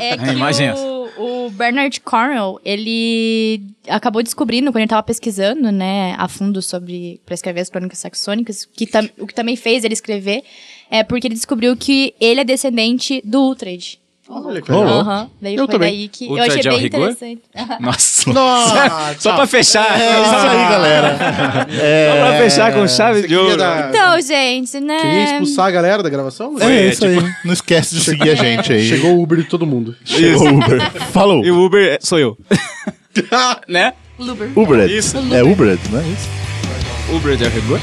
S5: é
S6: A imagem é
S5: que
S6: essa.
S5: o, o Bernard Cornwell, ele acabou descobrindo quando ele tava pesquisando, né, a fundo sobre para escrever as crônicas saxônicas, que tam- o que também fez ele escrever é porque ele descobriu que ele é descendente do Uhtred.
S4: Olha, cara.
S2: Rolou.
S5: Aham, daí
S4: Eu
S5: foi
S4: também.
S5: daí que eu
S6: Uhtred
S5: achei
S6: é o
S5: bem
S6: rigor?
S5: interessante.
S6: Nossa.
S4: Nossa,
S6: Só pra fechar.
S2: É isso aí, galera. É,
S7: Só pra fechar com chave de ouro.
S5: Então, gente, né?
S4: Queria expulsar a galera da gravação?
S2: é isso aí. Não esquece de seguir a gente aí.
S4: Chegou o Uber de todo mundo.
S2: Chegou o Uber. Falou.
S6: E o Uber é- sou eu. né?
S2: Uber. É Uber, não é isso?
S6: Uber é o rigor?